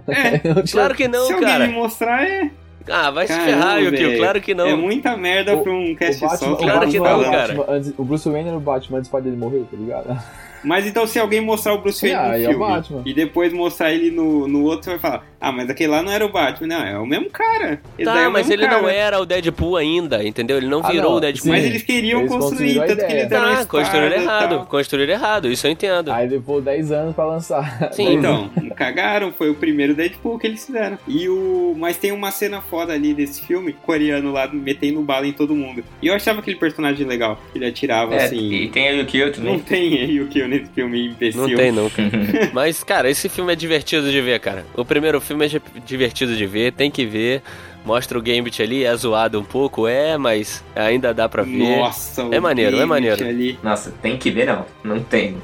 S3: É,
S4: Eu não tinha-
S2: Claro que não,
S3: se alguém
S2: cara.
S3: me mostrar, é,
S2: Ah, vai se
S3: Caramba,
S2: ferrar, Yukio.
S3: velho.
S2: Claro que
S3: é
S2: não.
S3: muita merda pra um
S4: O
S3: cast
S4: Batman,
S3: só.
S4: o
S2: Claro
S4: Batman
S2: que
S4: era
S2: não,
S4: o
S2: cara.
S4: Batman antes- o Bruce Wayne era o Batman antes do pai dele morrer, tá ligado?
S3: Mas então se alguém mostrar o Bruce Wayne
S4: Ah,
S3: no
S4: aí é o Batman.
S3: filme e depois mostrar ele no, no outro, você vai falar, ah, mas aquele lá não era o Batman. Não, é o mesmo cara. Esse daí é
S2: Tá,
S3: o
S2: mas
S3: mesmo
S2: ele
S3: cara.
S2: não era o Deadpool ainda, entendeu? Ele não
S4: Ah,
S2: virou
S4: não,
S2: o Deadpool.
S4: sim.
S3: Mas eles queriam
S4: Eles
S3: construir,
S4: construíram a
S3: tanto que
S4: ideia.
S3: eles deram
S2: Tá,
S3: espada
S2: construíram
S3: e tal.
S2: errado. Construíram errado, isso eu entendo.
S4: Aí levou 10 anos pra lançar.
S2: Sim.
S3: Então, cagaram, foi o primeiro Deadpool que eles fizeram. E o. Mas tem uma cena foda ali desse filme, coreano lá, metendo bala em todo mundo. E eu achava aquele personagem legal. Ele atirava
S1: É,
S3: assim.
S1: e tem o Yukio
S3: Não
S1: também.
S3: tem Yukio nesse filme, imbecil.
S2: Não tem, não, cara. Mas, cara, esse filme é divertido de ver, cara. O primeiro filme é di- divertido de ver, tem que ver. Mostra o Gambit ali, é zoado um pouco, é, mas ainda dá pra ver.
S3: Nossa, o
S2: É maneiro, é
S3: Gambit
S2: maneiro.
S3: Ali.
S1: Nossa, tem que ver não. Não tem.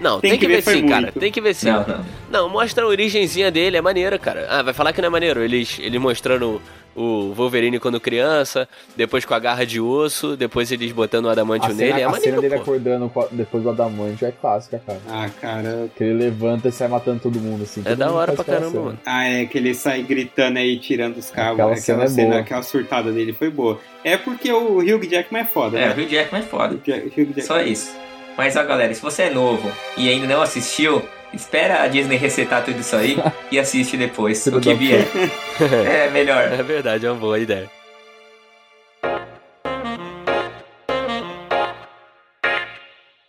S2: Não, tem, que, ver,
S3: foi
S2: sim,
S3: muito.
S2: cara. Tem que ver sim.
S1: Não, não.
S2: Não, mostra a origenzinha dele, é maneiro, cara. Ah, vai falar que não é maneiro. Eles, ele mostrando o Wolverine quando criança, depois com a garra de osso, depois eles botando o
S4: A
S2: adamantio
S4: cena,
S2: nele, é
S4: a
S2: maneiro,
S4: cena dele
S2: pô.
S4: acordando com a- depois do Adamantio é clássica, cara.
S3: Ah, cara.
S4: Que ele levanta e sai matando todo mundo, assim.
S2: É
S4: Todo
S2: da
S4: mundo
S2: hora
S4: faz
S2: pra
S4: aquela
S2: caramba,
S4: cena.
S2: mano.
S3: Ah, é que ele sai gritando aí, tirando os cabos.
S4: Aquela
S3: Aquela,
S4: cena é
S3: cena,
S4: boa.
S3: aquela surtada dele foi boa. É porque o Hugh Jackman é foda,
S1: É, o
S3: né?
S1: Hugh Jackman é
S3: O
S1: foda.
S3: Hugh Jackman.
S1: Só isso. Mas ó, galera, se você é novo e ainda não assistiu, espera a Disney resetar tudo isso aí e assiste depois o que vier. É melhor.
S2: É verdade, é uma boa ideia.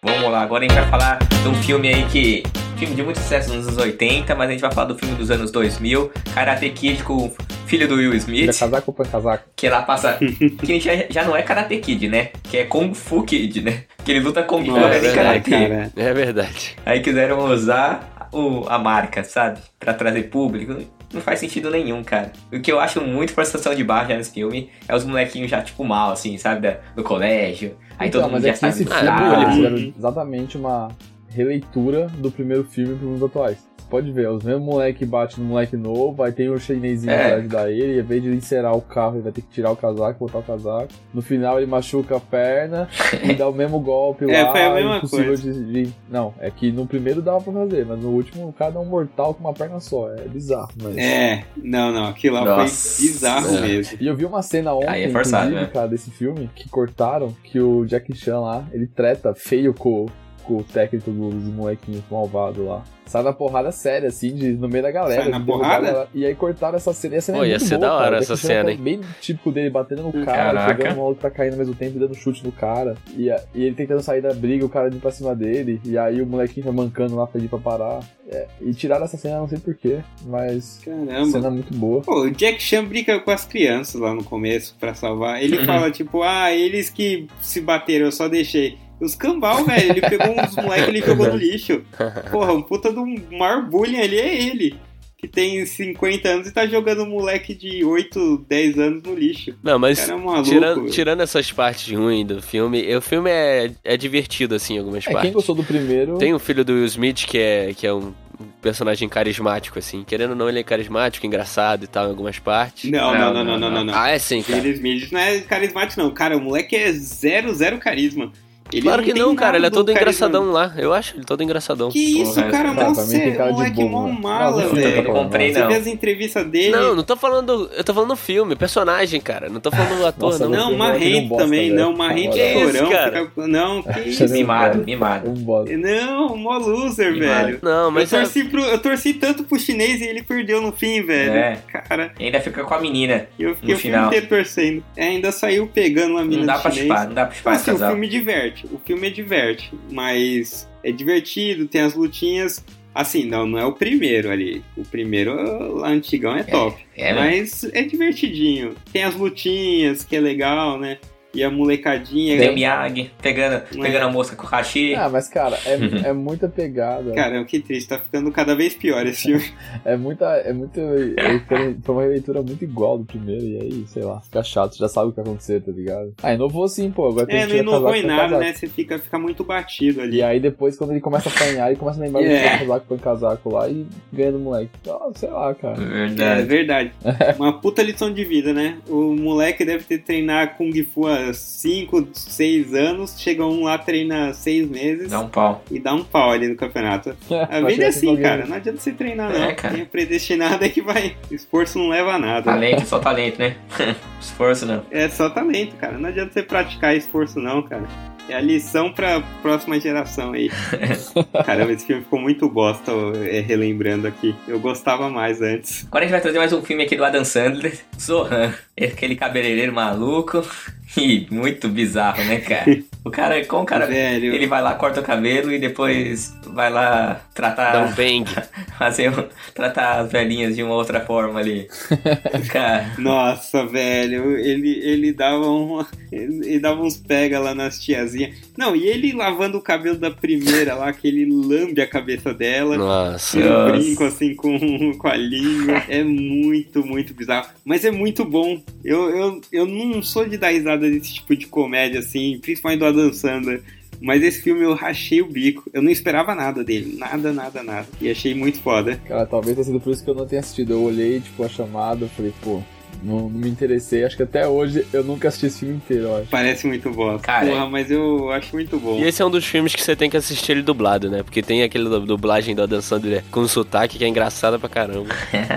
S1: Vamos lá, agora a gente vai falar de um filme aí que. Filme de muito sucesso nos anos 80, mas a gente vai falar do filme dos anos 2000, Karate Kid com o filho do Will
S4: Tira
S1: Smith,
S4: é casaco ou põe casaco?
S1: que lá passa. que já, já não é Karate Kid, né? Que é Kung Fu Kid, né? Que ele luta Kung Fu,
S3: Nossa,
S1: mas
S2: é
S1: é
S2: verdade,
S1: Karate.
S3: cara.
S2: É verdade.
S1: Aí quiseram usar o, a marca, sabe? Pra trazer público. Não faz sentido nenhum, cara. O que eu acho muito forçação de barra já nesse filme é os molequinhos já, tipo, mal, assim, sabe? Da- do colégio. Aí
S4: Então,
S1: todo mundo
S4: mas
S1: já
S4: é que
S1: sabe tá
S4: esse
S1: do
S2: Ah,
S4: filme eles
S1: cara.
S4: fizeram
S3: uhum.
S4: exatamente uma releitura do primeiro filme pros anos atuais. Você pode ver, é os mesmos moleque bate no moleque novo, aí tem o chinesinho
S1: É.
S4: pra ajudar ele, e ao invés de ele encerar o carro, ele vai ter que tirar o casaco, botar o casaco. No final ele machuca a perna e dá o mesmo golpe
S3: É,
S4: lá.
S3: foi a mesma
S4: impossível
S3: coisa.
S4: De, de- Não, é que no primeiro dava pra fazer, mas no último o cara dá um mortal com uma perna só. É bizarro, mas...
S3: É, não, não. Aquilo lá
S1: Nossa.
S3: foi bizarro
S2: É.
S3: mesmo.
S4: E eu vi uma cena
S1: Aí
S4: ontem,
S1: é forçado,
S4: inclusive,
S1: né?
S4: cara, desse filme, que cortaram, que o Jack Chan lá, ele treta feio com, com o técnico do- dos molequinhos malvado lá. Sai na porrada séria, assim, de, no meio da galera.
S3: Sai na
S4: de derrubar
S3: porrada?
S4: a galera. E aí cortaram essa cena. E a cena
S2: Pô,
S4: é
S2: ia
S4: muito
S2: ser
S4: boa,
S2: da
S4: cara.
S2: hora
S4: O Jack
S2: essa
S4: Chan
S2: cena,
S4: tá
S2: hein?
S4: Bem típico dele, batendo no cara,
S1: Caraca.
S4: pegando o maluco tá caindo ao mesmo tempo, e dando chute no cara. E, a- e ele tentando sair da briga, o cara indo pra cima dele. E aí o molequinho vai mancando lá, pedir pra parar. É, e tiraram essa cena, não sei porquê, mas...
S3: Caramba.
S4: Cena muito boa.
S3: Pô, o Jack Chan briga com as crianças lá no começo pra salvar. Ele
S1: Uhum.
S3: fala, tipo, ah, eles que se bateram, eu só deixei. Os cambal, velho, ele pegou uns moleques ele jogou no lixo. Porra, um puta do maior bullying ali é ele. Que tem 50 anos e tá jogando um moleque de 8, 10 anos no lixo.
S2: Não,
S3: O
S2: mas
S3: cara é um maluco.
S2: tirando, tirando essas partes ruins do filme, e o filme é, é divertido, assim, em algumas
S4: É,
S2: partes.
S4: quem gostou do primeiro...
S2: Tem o filho do Will Smith que é, que é um personagem carismático, assim. Querendo ou não, ele é carismático, engraçado e tal, em algumas partes.
S3: Não, não, não, não, não, não. não.
S2: Ah, é sim, cara.
S3: Will Smith não é carismático, não. Cara, o moleque é zero, zero carisma. Ele
S2: Claro que
S3: tem
S2: não, cara.
S3: nada
S2: Ele é
S3: do
S2: todo
S3: carisma.
S2: engraçadão lá. Eu acho ele todo engraçadão.
S3: Que isso,
S1: Porra,
S3: cara,
S4: Cara,
S3: mó
S4: é, pra mim tem
S3: sério,
S4: cara de
S3: moleque
S4: bobo,
S3: mó
S4: mano.
S3: mala,
S4: Não, tá
S1: Eu
S3: velho.
S1: não comprei,
S3: Você
S1: não.
S3: vê as entrevistas dele.
S2: Não, não tô falando. Eu tô falando no filme, personagem, cara. Não tô falando do ator,
S4: Nossa,
S2: não.
S4: eu
S3: Não,
S4: vi um moleque
S3: marrento
S4: num bosta,
S3: também,
S4: velho.
S3: não, marrento
S4: Que
S3: é
S2: isso,
S3: chorão.
S2: cara?
S3: fica- Não, que isso. né?
S4: Achando-
S1: Mimado, mimado.
S4: Um bosta.
S3: Não, mó loser,
S1: Que
S3: velho.
S2: Não,
S3: Eu
S2: mas. é-
S3: torci, pro- eu torci tanto pro chinês e ele perdeu no fim, velho.
S1: É.
S3: Cara,
S1: E ainda fica com a menina.
S3: eu fiquei
S1: No
S3: o filme
S1: final.
S3: inteiro torcendo. É, ainda saiu pegando a mina
S1: Não dá
S3: do
S1: pra
S3: chinês.
S1: chupar, não dá pra chupar esse
S3: Assim, o
S1: casal.
S3: filme diverte. O filme é diverte, mas é divertido, tem as lutinhas. Assim, não, não é o primeiro ali. O primeiro lá antigão é top.
S1: É, mano.
S3: mas é divertidinho. Tem as lutinhas, que é legal, né? E a molecadinha.
S1: Tem o Miyagi pegando,
S3: é.
S1: pegando a mosca com o Hashi.
S4: Ah, mas cara, é, é muita pegada.
S3: Caramba, que triste, tá ficando cada vez pior esse filme.
S4: É muita. É muito. é- Foi uma releitura muito igual do primeiro, e aí, sei lá, fica chato, já sabe o que vai acontecer, tá ligado? Ah, inovou sim, pô. Agora tem
S3: É,
S4: que
S3: não
S4: tirar
S3: inovou
S4: casaco,
S3: em
S4: tá
S3: nada,
S4: casado.
S3: né? Você fica, fica muito batido ali.
S4: E
S1: É
S4: aí depois, quando ele começa a apanhar, ele começa a lembrar
S3: É.
S4: do casaco põe casaco lá e ganha do moleque. Ah, sei lá, cara.
S3: É
S1: Verdade.
S3: verdade. Uma puta lição de vida, né? O moleque deve ter treinar Kung Fu há 5, 6 anos, chega um lá, treina 6
S4: é.
S3: meses
S1: Dá um pau.
S3: e dá um pau ali no campeonato. A vida é assim, cara. Não adianta você treinar, não.
S1: É, cara. Tá
S3: Quem é predestinado é que vai. Esforço não leva a nada.
S1: Talento, só talento, né? Esforço não.
S3: É só talento, cara. Não adianta você praticar esforço, não, cara. É a lição pra próxima geração aí. Caramba, esse filme ficou muito bosta, é, relembrando aqui. Eu gostava mais antes.
S1: Agora a gente vai trazer mais um filme aqui do Adam Sandler, Zohan. Aquele cabeleireiro maluco. E muito bizarro, né, cara? O cara, como o cara.
S3: Velho.
S1: Ele vai lá, corta o cabelo e depois vai lá
S2: Dá um
S1: tratar,
S2: bang.
S1: fazer, um- tratar as velhinhas de uma outra forma ali. cara,
S3: Nossa, velho, ele, ele dava um. Ele, ele dava uns pega lá nas tiazinhas. Não, e ele lavando o cabelo da primeira lá, que ele lambe a cabeça dela.
S2: Nossa.
S1: Eu-
S3: Um
S1: Nossa.
S3: brinco assim com, com a língua. É muito, muito bizarro. Mas é muito bom. Eu, eu, eu não sou de dar risada desse tipo de comédia, assim, principalmente do Adam Sandler. Mas esse filme eu rachei o bico. Eu não esperava nada dele. Nada, nada, nada. E achei muito foda.
S4: Cara, talvez tenha sido por isso que eu não tenha assistido. Eu olhei, tipo, a chamada, eu falei, pô, não, não me interessei. Acho que até hoje eu nunca assisti esse filme inteiro, eu acho.
S3: Parece muito bom.
S1: Cara,
S3: Porra, mas eu acho muito bom.
S2: E esse é um dos filmes que você tem que assistir ele dublado, né? Porque tem aquele du- dublagem da Dan Sandler com sotaque que é engraçada pra caramba.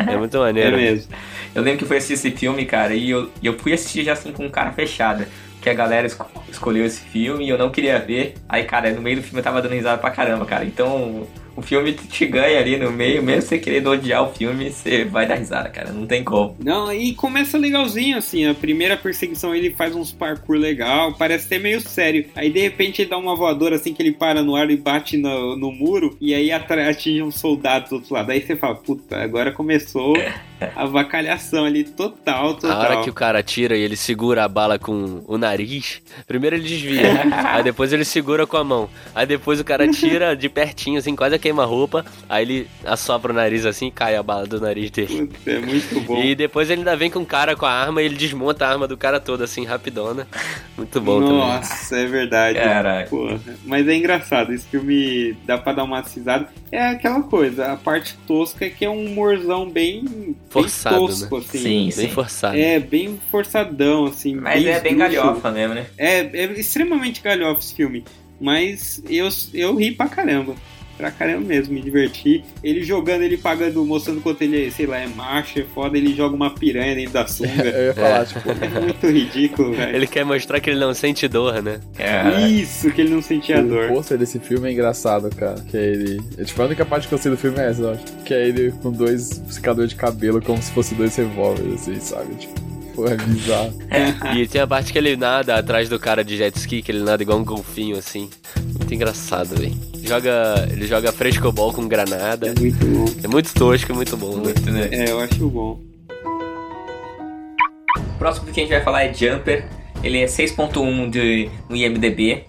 S2: É muito
S3: É
S2: maneiro.
S3: mesmo.
S1: eu lembro que eu fui assistir esse filme, cara, e eu, e eu fui assistir já assim com cara fechada. Que a galera esco- escolheu esse filme e eu não queria ver. Aí, cara, no meio do filme eu tava dando risada pra caramba, cara. Então, o filme te ganha ali no meio, mesmo você querendo odiar o filme, você vai dar risada, cara. Não tem como.
S3: Não, e começa legalzinho, assim. A primeira perseguição ele faz uns parkour legal, parece até meio sério. Aí de repente ele dá uma voadora assim que ele para no ar e bate no, no muro, e aí atra- atinge um soldado do outro lado. Aí você fala, puta, agora começou a vacalhação ali total,
S2: A hora
S3: total.
S2: que o cara tira e ele segura a bala com o nariz, primeiro ele desvia, aí depois ele segura com a mão, aí depois o cara tira de pertinho, assim, quase queima a roupa, aí ele assopra o nariz assim e cai a bala do nariz dele.
S3: Puta, é muito bom.
S2: E depois ele ainda vem com o cara com a arma e ele desmonta a arma do cara toda, assim, rapidona. Muito bom também.
S3: Nossa, é verdade.
S1: Caraca.
S3: Pô, mas é engraçado, esse filme dá pra dar uma cisada. É aquela coisa, a parte tosca é que é um humorzão bem,
S2: Forçado, né?
S3: bem tosco, assim.
S1: Sim,
S2: Bem
S1: sim.
S2: forçado.
S3: É, bem forçadão, assim.
S1: Mas é bem
S3: esdrúxulo.
S1: galhofa mesmo, né?
S3: É, é extremamente galhofa esse filme. Mas eu, eu ri pra caramba. Pra caramba mesmo, me diverti. Ele jogando, ele pagando, mostrando quanto ele, é, sei lá, é macho, é foda, ele joga uma piranha dentro da sunga.
S4: Eu ia falar, tipo,
S3: é muito ridículo, velho.
S2: Ele quer mostrar que ele não sente dor, né?
S1: É.
S3: Isso, que ele não sentia
S4: o
S3: dor.
S4: pôster desse filme é engraçado, cara. Que é ele. É, tipo, a única parte que eu sei do filme é essa, eu acho. Que é ele com dois secadores de cabelo, como se fossem dois revólveres, assim, sabe? Tipo, pô, é bizarro.
S2: E tem a parte que ele nada atrás do cara de jet ski, que ele nada igual um golfinho, assim. Muito engraçado, velho. Joga, ele joga frescobol com
S3: É
S2: granada.
S3: muito bom.
S2: É muito tosco, é muito bom, né?
S1: Muito, né?
S3: É, eu acho bom.
S1: O próximo que a gente vai falar é Jumper. Ele é 6.1 de, no IMDB.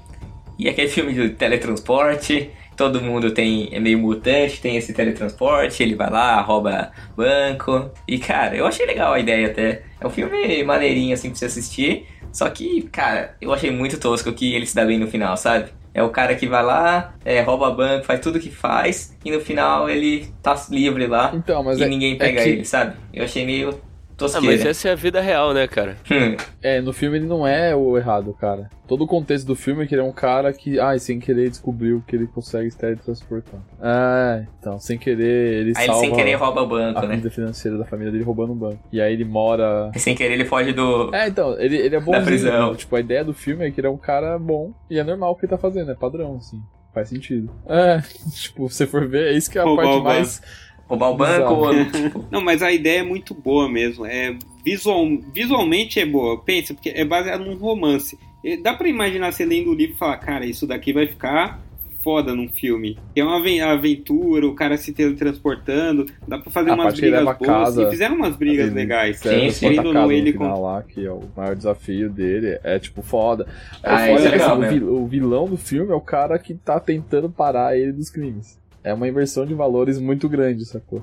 S1: E é aquele filme de teletransporte. Todo mundo tem é meio mutante, tem esse teletransporte. Ele vai lá, rouba banco. E cara, eu achei legal a ideia até. É um filme maneirinho assim pra você assistir. Só que, cara, eu achei muito tosco que ele se dá bem no final, sabe? É o cara que vai lá, é, rouba banco, faz tudo que faz, e no final ele tá livre lá.
S4: Então, mas
S1: e
S4: é,
S1: ninguém pega
S4: que-
S1: ele, sabe? Eu achei meio
S2: Ah, mas
S1: tosqueira.
S2: essa é a vida real, né, cara?
S1: Hum,
S4: é, no filme ele não é o errado, cara. Todo o contexto do filme é que ele é um cara que, ai, sem querer descobriu que ele consegue se teletransportar. Ah, então, sem querer, ele
S1: Aí ele
S4: salva
S1: sem querer rouba o
S4: a
S1: banco, né?
S4: vida financeira da família dele roubando um banco. E aí ele mora
S1: E sem querer ele foge do.
S4: É, então, ele, ele é bom.
S1: prisão.
S4: Tipo, a ideia do filme é que ele é um cara bom e é normal o que ele tá fazendo, é padrão, assim. Faz sentido. É, tipo, se você for ver, é isso que é a
S3: Roubar
S4: parte
S3: o
S4: mais.
S1: Roubar o banco ou. tipo,
S3: Não, mas a ideia é muito boa mesmo. É visual, visualmente é boa. Pensa, porque é baseado num romance. E Dá pra imaginar você lendo o livro e falar, cara, isso daqui vai ficar foda num filme. É uma aven- aventura, o cara se teletransportando, dá pra fazer
S4: A
S3: umas
S4: parte que ele
S3: brigas
S4: leva a
S3: boas.
S4: casa, é.
S3: e fizeram umas brigas
S4: ele
S3: legais.
S1: Sim,
S4: Quero
S1: sim.
S4: botar
S3: Querendo ou
S4: casa
S3: não,
S4: no
S3: ele
S4: final lá, que é o maior desafio dele, é tipo foda. É
S1: Ah,
S4: foda,
S1: isso é
S4: porque
S1: legal
S4: o,
S1: mesmo.
S4: vil- o vilão do filme é o cara que tá tentando parar ele dos crimes. É uma inversão de valores muito grande, sacou?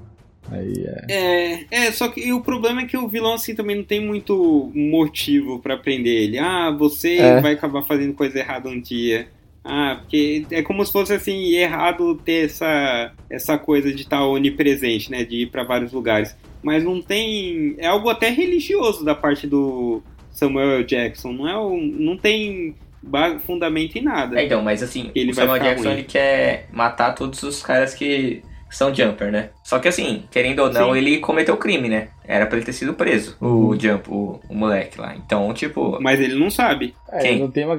S4: Aí é.
S3: É, é, só que o problema é que o vilão, assim, também não tem muito motivo pra prender ele. Ah, você
S4: É.
S3: vai acabar fazendo coisa errada um dia. Ah, porque é como se fosse, assim, errado ter essa, essa coisa de estar onipresente, né? De ir pra vários lugares. Mas não tem... É algo até religioso da parte do Samuel L. Jackson. Não é um, Não tem ba- fundamento em nada.
S1: É, então, mas assim,
S3: Ele
S1: o
S3: vai
S1: Samuel
S3: ficar
S1: Jackson
S3: ruim.
S1: ele quer matar todos os caras que são jumper, né? Só que assim, querendo ou não,
S3: Sim.
S1: ele cometeu crime, né? Era pra ele ter sido preso, o
S4: Uhum.
S1: jump, o, o moleque lá. Então, tipo,
S3: Mas ele não sabe.
S4: É,
S1: Quem?
S4: não tem uma
S1: o Samuel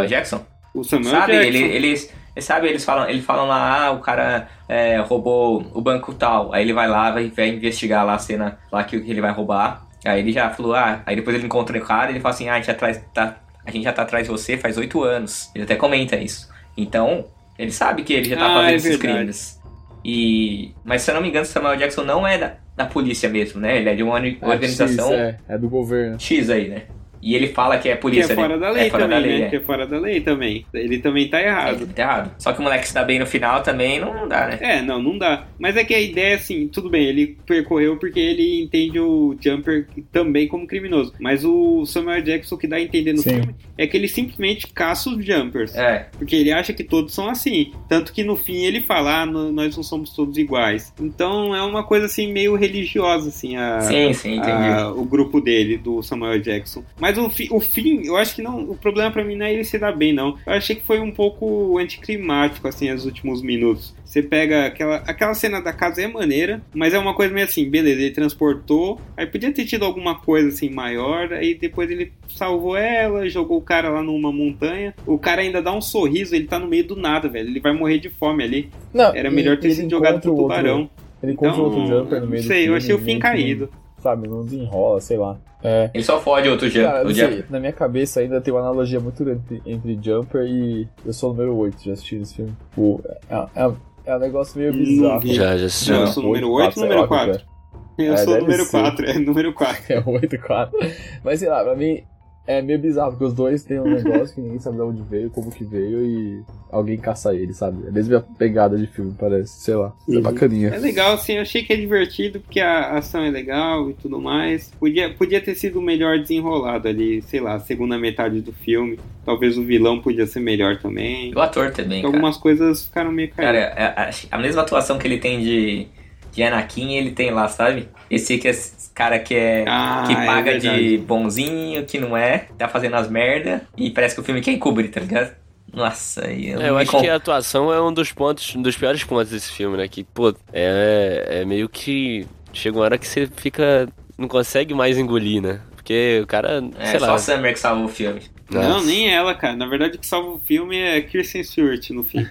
S4: garantia.
S1: Jackson,
S3: O Samuel
S1: sabe?
S3: Jackson...
S1: Ele, é eles, sabe, eles falam, eles falam lá, ah, o cara é, roubou o banco tal. Aí ele vai lá, vai, vai investigar lá a cena lá que ele vai roubar. Aí ele já falou, ah, aí depois ele encontra o cara e ele fala assim, ah, a gente, atrás, tá, a gente já tá atrás de você faz oito anos. Ele até comenta isso. Então, ele sabe que ele já tá
S3: Ah,
S1: fazendo
S3: é
S1: esses
S3: verdade.
S1: crimes. E. Mas se eu não me engano, Samuel Jackson não é da, da polícia mesmo, né? Ele é de uma
S3: Ah,
S1: orga-
S4: É,
S1: organização
S4: X, é, é do governo.
S1: X aí, né? E ele fala que é
S3: Que é
S1: polícia. né?
S3: fora da lei
S1: é fora
S3: também,
S1: da lei,
S3: né?
S1: é.
S3: Que é fora da lei também. Ele também tá errado.
S1: É, tá errado. Só que o moleque se dá bem no final também, não dá, né?
S3: É, não, não dá. Mas é que a ideia, assim, tudo bem, ele percorreu porque ele entende o Jumper também como criminoso. Mas o Samuel Jackson, o que dá a entender no
S4: Sim.
S3: filme, é que ele simplesmente caça os Jumpers.
S1: É,
S3: Porque ele acha que todos são assim. Tanto que no fim ele fala, ah, no- nós não somos todos iguais. Então é uma coisa, assim, meio religiosa, assim, a...
S1: sim, sim, entendi.
S3: a- Ah, o grupo dele, do Samuel Jackson. Mas o, fi- o fim, eu acho que não. O problema pra mim não é ele se dar bem, não. Eu achei que foi um pouco anticlimático, assim, os últimos minutos. Você pega aquela, aquela cena da casa é maneira, mas é uma coisa meio assim, beleza, ele transportou. Aí podia ter tido alguma coisa assim maior. Aí depois ele salvou ela, jogou o cara lá numa montanha. O cara ainda dá um sorriso, ele tá no meio do nada, velho. Ele vai morrer de fome ali.
S4: Não,
S3: Era melhor ter
S4: ele
S3: sido jogado
S4: encontra
S3: pro
S4: o outro-
S3: tubarão.
S4: Ele encontra
S3: Então,
S4: outro jumper no
S3: não
S4: meio do
S3: sei, eu
S4: filme,
S3: achei o fim
S4: meio que
S3: caído.
S4: não- Sabe, não desenrola, sei lá. É.
S1: Ele só fode outro jump.
S4: Cara,
S1: o
S4: não
S1: jump.
S4: sei, na minha cabeça ainda tem uma analogia muito grande entre, entre Jumper e Eu Sou o Número 8, já assisti esse filme. Pô, é, é- é um negócio meio
S3: Não
S4: bizarro.
S3: vi.
S2: Já, já assistiu.
S3: Hum, Não, eu
S4: Não,
S3: sou o número
S4: oito,
S3: 8 número
S4: quatro, sei lá,
S3: 4? Eu
S4: É,
S3: sou o
S4: deve
S3: número
S4: ser.
S3: 4, é número 4.
S4: É 8 e 4. Mas sei lá, pra mim é meio bizarro, porque os dois têm um negócio que ninguém sabe de onde veio, como que veio e alguém caça ele, sabe? É a mesma pegada de filme, parece, sei lá. É
S3: Uhum.
S4: bacaninha.
S3: É legal, assim, eu achei que é divertido porque a ação é legal e tudo mais. Podia, podia ter sido melhor desenrolado ali, sei lá, segunda metade do filme. Talvez o vilão podia ser melhor também.
S1: E o ator também, cara.
S3: Algumas coisas ficaram meio
S1: Cara,
S3: caídas.
S1: a, a- a mesma atuação que ele tem de, de Anakin, ele tem lá, sabe? Esse que é esse cara que é.
S3: Ah,
S1: Que
S3: é
S1: paga
S3: verdade.
S1: de bonzinho, que não é, tá fazendo as merda, e parece que o filme quer encobrir, tá ligado? Nossa, aí eu,
S2: É, eu
S1: me
S2: acho
S1: com-
S2: que a atuação é um dos pontos, um dos piores pontos desse filme, né? Que, pô, é, é meio que. Chega uma hora que você fica. não consegue mais engolir, né? Porque o cara,
S1: É,
S2: sei
S1: só é
S2: lá.
S1: a Summer que salvou o filme.
S3: Não,
S2: nossa.
S3: nem ela, cara. Na verdade, o que salva o filme é Kirsten Stewart no fim.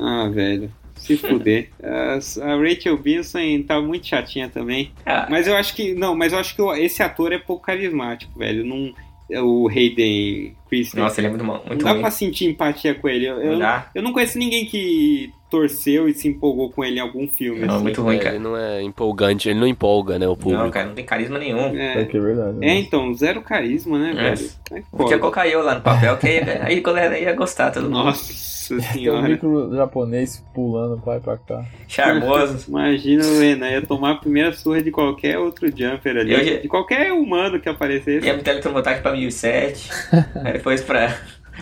S3: ah, velho. Se fuder. As- A Rachel Bilson tá muito chatinha também.
S1: Ah,
S3: Mas eu acho que. Não, mas eu acho que o- esse ator é pouco carismático, velho. Não, é o Hayden Christensen.
S1: Nossa, ele é muito, mal-
S3: não
S1: muito
S3: dá
S1: ruim.
S3: pra sentir empatia com ele. Eu, eu-
S1: Não dá?
S3: eu não conheço ninguém que torceu e se empolgou com ele em algum filme.
S1: Não,
S3: assim.
S1: muito ruim,
S2: É,
S1: cara.
S2: Ele não é empolgante, ele não empolga, né, o público.
S1: Não, cara, não tem carisma nenhum.
S4: É
S3: É.
S4: que é verdade.
S3: É,
S4: né?
S3: então, zero carisma, né,
S1: É.
S3: velho? É
S1: Podia
S3: foda.
S1: colocar eu lá no papel, que aí, aí a galera ia gostar, todo mundo.
S3: Nossa
S4: Tem um
S3: senhora.
S4: micro japonês pulando pra lá e pra cá.
S1: Charmoso.
S3: Imagina o Renan ia tomar a primeira surra de qualquer outro jumper ali.
S1: Eu já-
S3: De qualquer humano que aparecesse.
S1: Ia me teletransportar aqui pra 1007. aí depois pra.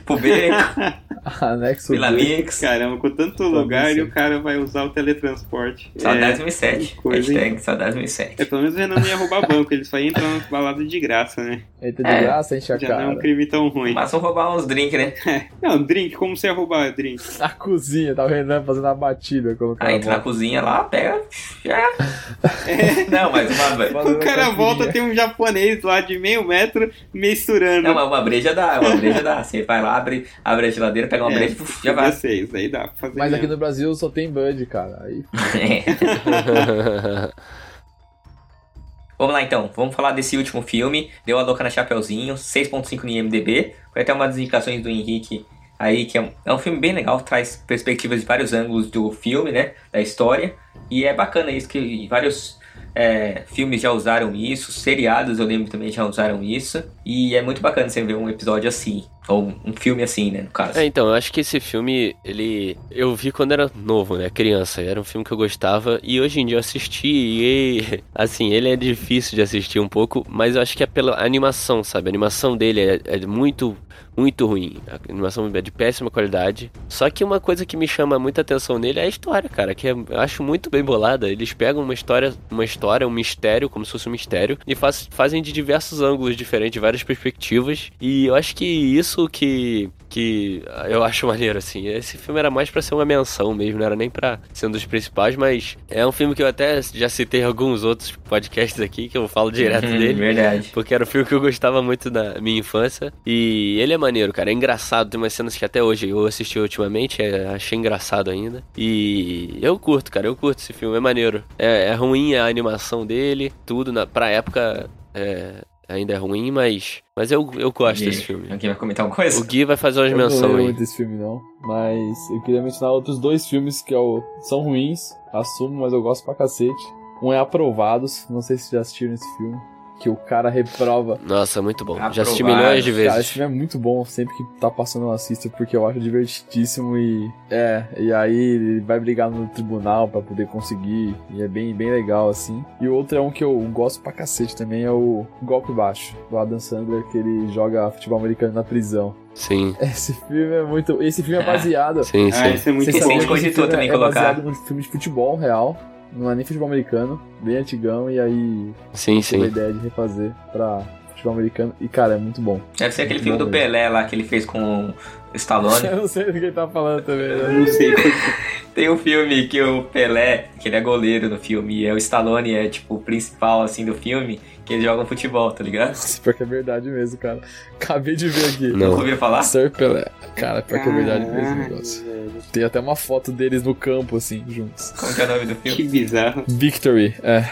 S1: pro Beco,
S4: Anexo
S1: Vila
S4: dois.
S1: Mix.
S3: Caramba, com tanto
S4: Todo
S3: lugar e
S4: isso.
S3: o cara vai usar o teletransporte. É.
S1: Saudades 1007.
S3: que coisa, hein?
S1: Hashtag saudades
S3: É,
S1: 1007.
S3: pelo menos o Renan não ia roubar banco, ele só ia entrar nas baladas de graça, né?
S4: Ele tá de
S1: É,
S4: graça, enche a
S3: Já
S4: cara.
S3: não é um crime tão ruim.
S1: Mas vão roubar uns drinks, né?
S3: Não, drink, como você ia roubar drink?
S4: Na cozinha, tá o Renan fazendo a batida, colocando
S3: Tá
S1: Aí
S4: a
S1: entra na
S4: bola.
S1: cozinha lá, pega. já. Não, mas uma.
S4: Falando
S3: O cara
S4: na
S3: volta,
S4: cozinha.
S3: tem um japonês lá de meio metro misturando.
S1: Não, mas uma breja dá, uma breja dá. Você vai lá, abre, abre a geladeira, pega uma
S3: É,
S1: breja puf, já vai.
S3: Seis, aí dá pra fazer
S4: Mas aqui
S3: mesmo.
S4: no Brasil só tem Bud, cara. Aí
S1: É. Vamos lá então, vamos falar desse último filme. Deu a louca na Chapeuzinho, 6.5 no IMDB. Foi até umas indicações do Henrique aí que é um, é um filme bem legal, traz perspectivas de vários ângulos do filme, né? Da história. E é bacana isso, que vários é, filmes já usaram isso, seriados eu lembro também já usaram isso. E é muito bacana você ver um episódio assim, ou um filme assim, né? No caso.
S2: É, então, eu acho que esse filme, ele. Eu vi quando era novo, né? Criança. Era um filme que eu gostava. E hoje em dia eu assisti e. Assim, ele é difícil de assistir um pouco, mas eu acho que é pela animação, sabe? A animação dele é, é muito. Muito ruim. A animação é de péssima qualidade. Só que uma coisa que me chama muita atenção nele é a história, cara. Que é- eu acho muito bem bolada. Eles pegam uma história, uma história, um mistério, como se fosse um mistério, e faz- fazem de diversos ângulos diferentes, várias perspectivas. E eu acho que isso que que eu acho maneiro, assim. Esse filme era mais pra ser uma menção mesmo, não era nem pra ser um dos principais, mas é um filme que eu até já citei em alguns outros podcasts aqui, que eu falo direto
S1: Hum,
S2: dele.
S1: Verdade.
S2: Porque era um filme que eu gostava muito na minha infância. E ele é maneiro, cara. É engraçado. Tem umas cenas que até hoje eu assisti ultimamente. é, achei engraçado ainda. E eu curto, cara. Eu curto esse filme. É maneiro. É, é ruim a animação dele. Tudo na, pra época é, ainda é ruim, mas. Mas eu, eu gosto
S1: E
S2: desse filme.
S1: Alguém vai comentar alguma
S2: O
S1: coisa?
S2: Gui vai fazer umas
S4: Eu não lembro
S2: menções aí.
S4: muito desse filme, não. Mas eu queria mencionar outros dois filmes que eu- são ruins, assumo, mas eu gosto pra cacete. Um é Aprovados, não sei se já assistiram esse filme, que o cara reprova.
S2: Nossa, muito bom. Já assisti
S1: Aprovado.
S2: milhões de
S4: Cara, esse
S2: vezes.
S4: filme é muito bom, sempre que tá passando eu assisto, porque eu acho divertidíssimo e... É, e aí ele vai brigar no tribunal pra poder conseguir, e é bem, bem legal, assim. E o outro é um que eu gosto pra cacete também, é o Golpe Baixo, do Adam Sandler, que ele joga futebol americano na prisão.
S2: Sim,
S4: Esse filme é muito... Esse filme é baseado...
S2: sim,
S3: Ah,
S2: sim.
S3: esse é muito
S4: Vocês
S1: Sim, sim.
S3: bom.
S4: sabiam que esse
S1: Cogitou
S4: filme
S1: também
S4: é
S1: colocar.
S4: baseado num filme de futebol real, não é nem futebol americano, bem antigão, e aí
S2: Sim,
S4: teve a
S2: sim.
S4: ideia de refazer pra futebol americano, e cara, é muito bom.
S1: Deve ser aquele filme do Pelé lá que ele fez com o
S3: né?
S1: Stallone.
S4: Eu não sei do que ele tá falando também, né?
S3: Não sei.
S1: Tem um filme que o Pelé, que ele é goleiro no filme, e é o Stallone é tipo o principal assim do filme, que eles jogam futebol, tá ligado?
S4: Nossa, pior que é verdade mesmo, cara. Acabei de ver aqui.
S2: Não.
S1: Nunca ouviram falar?
S4: Sir Pelé. Cara, pior que é verdade mesmo o
S3: Caralho,
S4: negócio.
S3: velho.
S4: Tem até uma foto deles no campo, assim, juntos.
S1: Como que é o nome do filme?
S3: Que bizarro.
S4: Victory, é.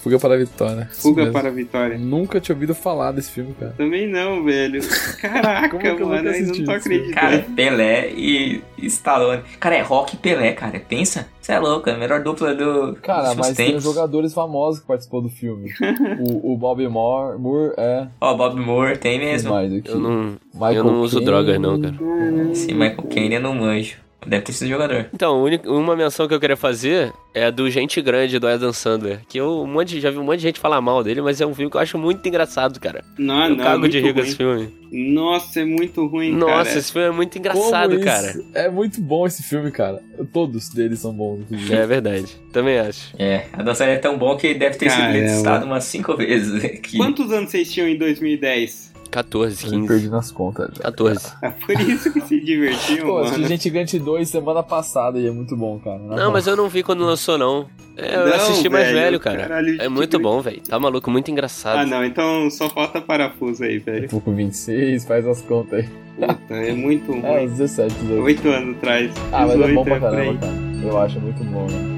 S4: Fuga para a vitória. né? Isso
S3: Fuga
S4: mesmo.
S3: para a vitória.
S4: Nunca tinha ouvido falar desse filme, cara.
S3: Também não, velho.
S4: Como que
S3: Caraca,
S4: eu nunca
S3: mano, eu ainda
S4: assisti
S3: não tô
S4: isso?
S3: acreditando.
S1: Cara, Pelé e Stallone. Cara, é Rock e Pelé, cara. Pensa? Você é louco, é a melhor dupla do
S4: Cara,
S1: dos
S4: mas tem um
S1: tempos.
S4: jogadores famosos que participou do filme. o, o Bob Moore, Moore é
S1: Ó, Bob Moore tem
S4: quem
S1: mesmo.
S4: mais aqui.
S2: Eu não,
S4: Michael
S2: eu não uso
S4: Caine.
S2: drogas, não, cara.
S3: Hum,
S1: Esse Michael Caine eu não manjo. Deve ter sido jogador.
S2: Então, uni- uma menção que eu queria fazer é a do Gente Grande, do Adam Sandler. Que eu um monte, de- já vi um monte de gente falar mal dele, mas é um filme que eu acho muito engraçado, cara.
S3: Não,
S2: eu
S3: não, é
S2: cago
S3: muito
S2: de rir com
S3: ruim.
S2: esse filme.
S3: Nossa, é muito ruim,
S2: Nossa,
S3: cara.
S2: esse filme é muito
S4: Como
S2: engraçado,
S4: isso?
S2: cara.
S4: É muito bom esse filme, cara. Todos deles são bons. inclusive.
S2: É verdade. Também acho.
S1: É, a dança é tão bom que deve ter sido
S3: Caramba.
S1: listado umas cinco vezes. aqui.
S3: Quantos anos vocês tinham em 2010?
S2: 14,
S4: Eu me perdi
S2: 15.
S4: nas contas. já.
S2: 14.
S3: É por isso que se divertiam,
S4: Pô, assisti
S3: mano.
S4: Gente Grande 2 semana passada e é muito bom, cara. Na
S2: Não, mas eu não vi quando lançou, não. É, eu
S3: Não,
S2: assisti mais
S3: velho,
S2: velho, cara.
S3: caralho,
S2: é
S3: que
S2: muito
S3: doido.
S2: bom, velho. Tá maluco, muito
S3: Ah,
S2: engraçado.
S3: não, então só falta parafuso aí, velho.
S4: Tô com 26, faz as contas aí.
S3: Puta, é muito
S4: É,
S3: ruim.
S4: uns 17, 18.
S3: Oito anos atrás.
S4: Ah, mas é bom
S3: 18
S4: pra
S3: por aí.
S4: caramba, cara. Eu acho muito bom, né?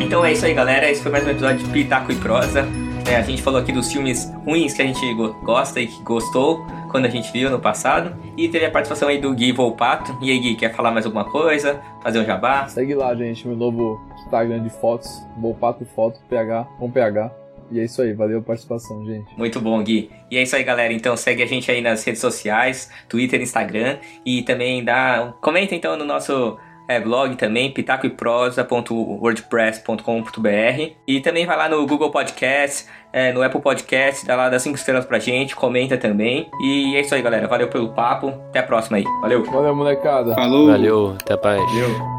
S1: Então é isso aí, galera. Esse foi mais um episódio de Pitaco e Prosa. É, a gente falou aqui dos filmes ruins que a gente go- gosta e que gostou quando a gente viu no passado. E teve a participação aí do Gui Volpato. E aí, Gui, quer falar mais alguma coisa? Fazer um jabá?
S4: Segue lá, gente, meu novo Instagram de fotos, Bopato Foto, PH, com PH. E é isso aí, valeu a participação, gente.
S1: Muito bom, Gui. E é isso aí, galera. Então segue a gente aí nas redes sociais, Twitter, Instagram. E também dá. Comenta então no nosso. é, blog também, pitacoeprosa.wordpress.com.br e também vai lá no Google Podcast, é, no Apple Podcast, dá lá das 5 estrelas pra gente, comenta também. E é isso aí, galera. Valeu pelo papo. Até a próxima aí. Valeu.
S4: Valeu, molecada.
S3: Falou.
S2: Valeu, até mais.
S1: Valeu.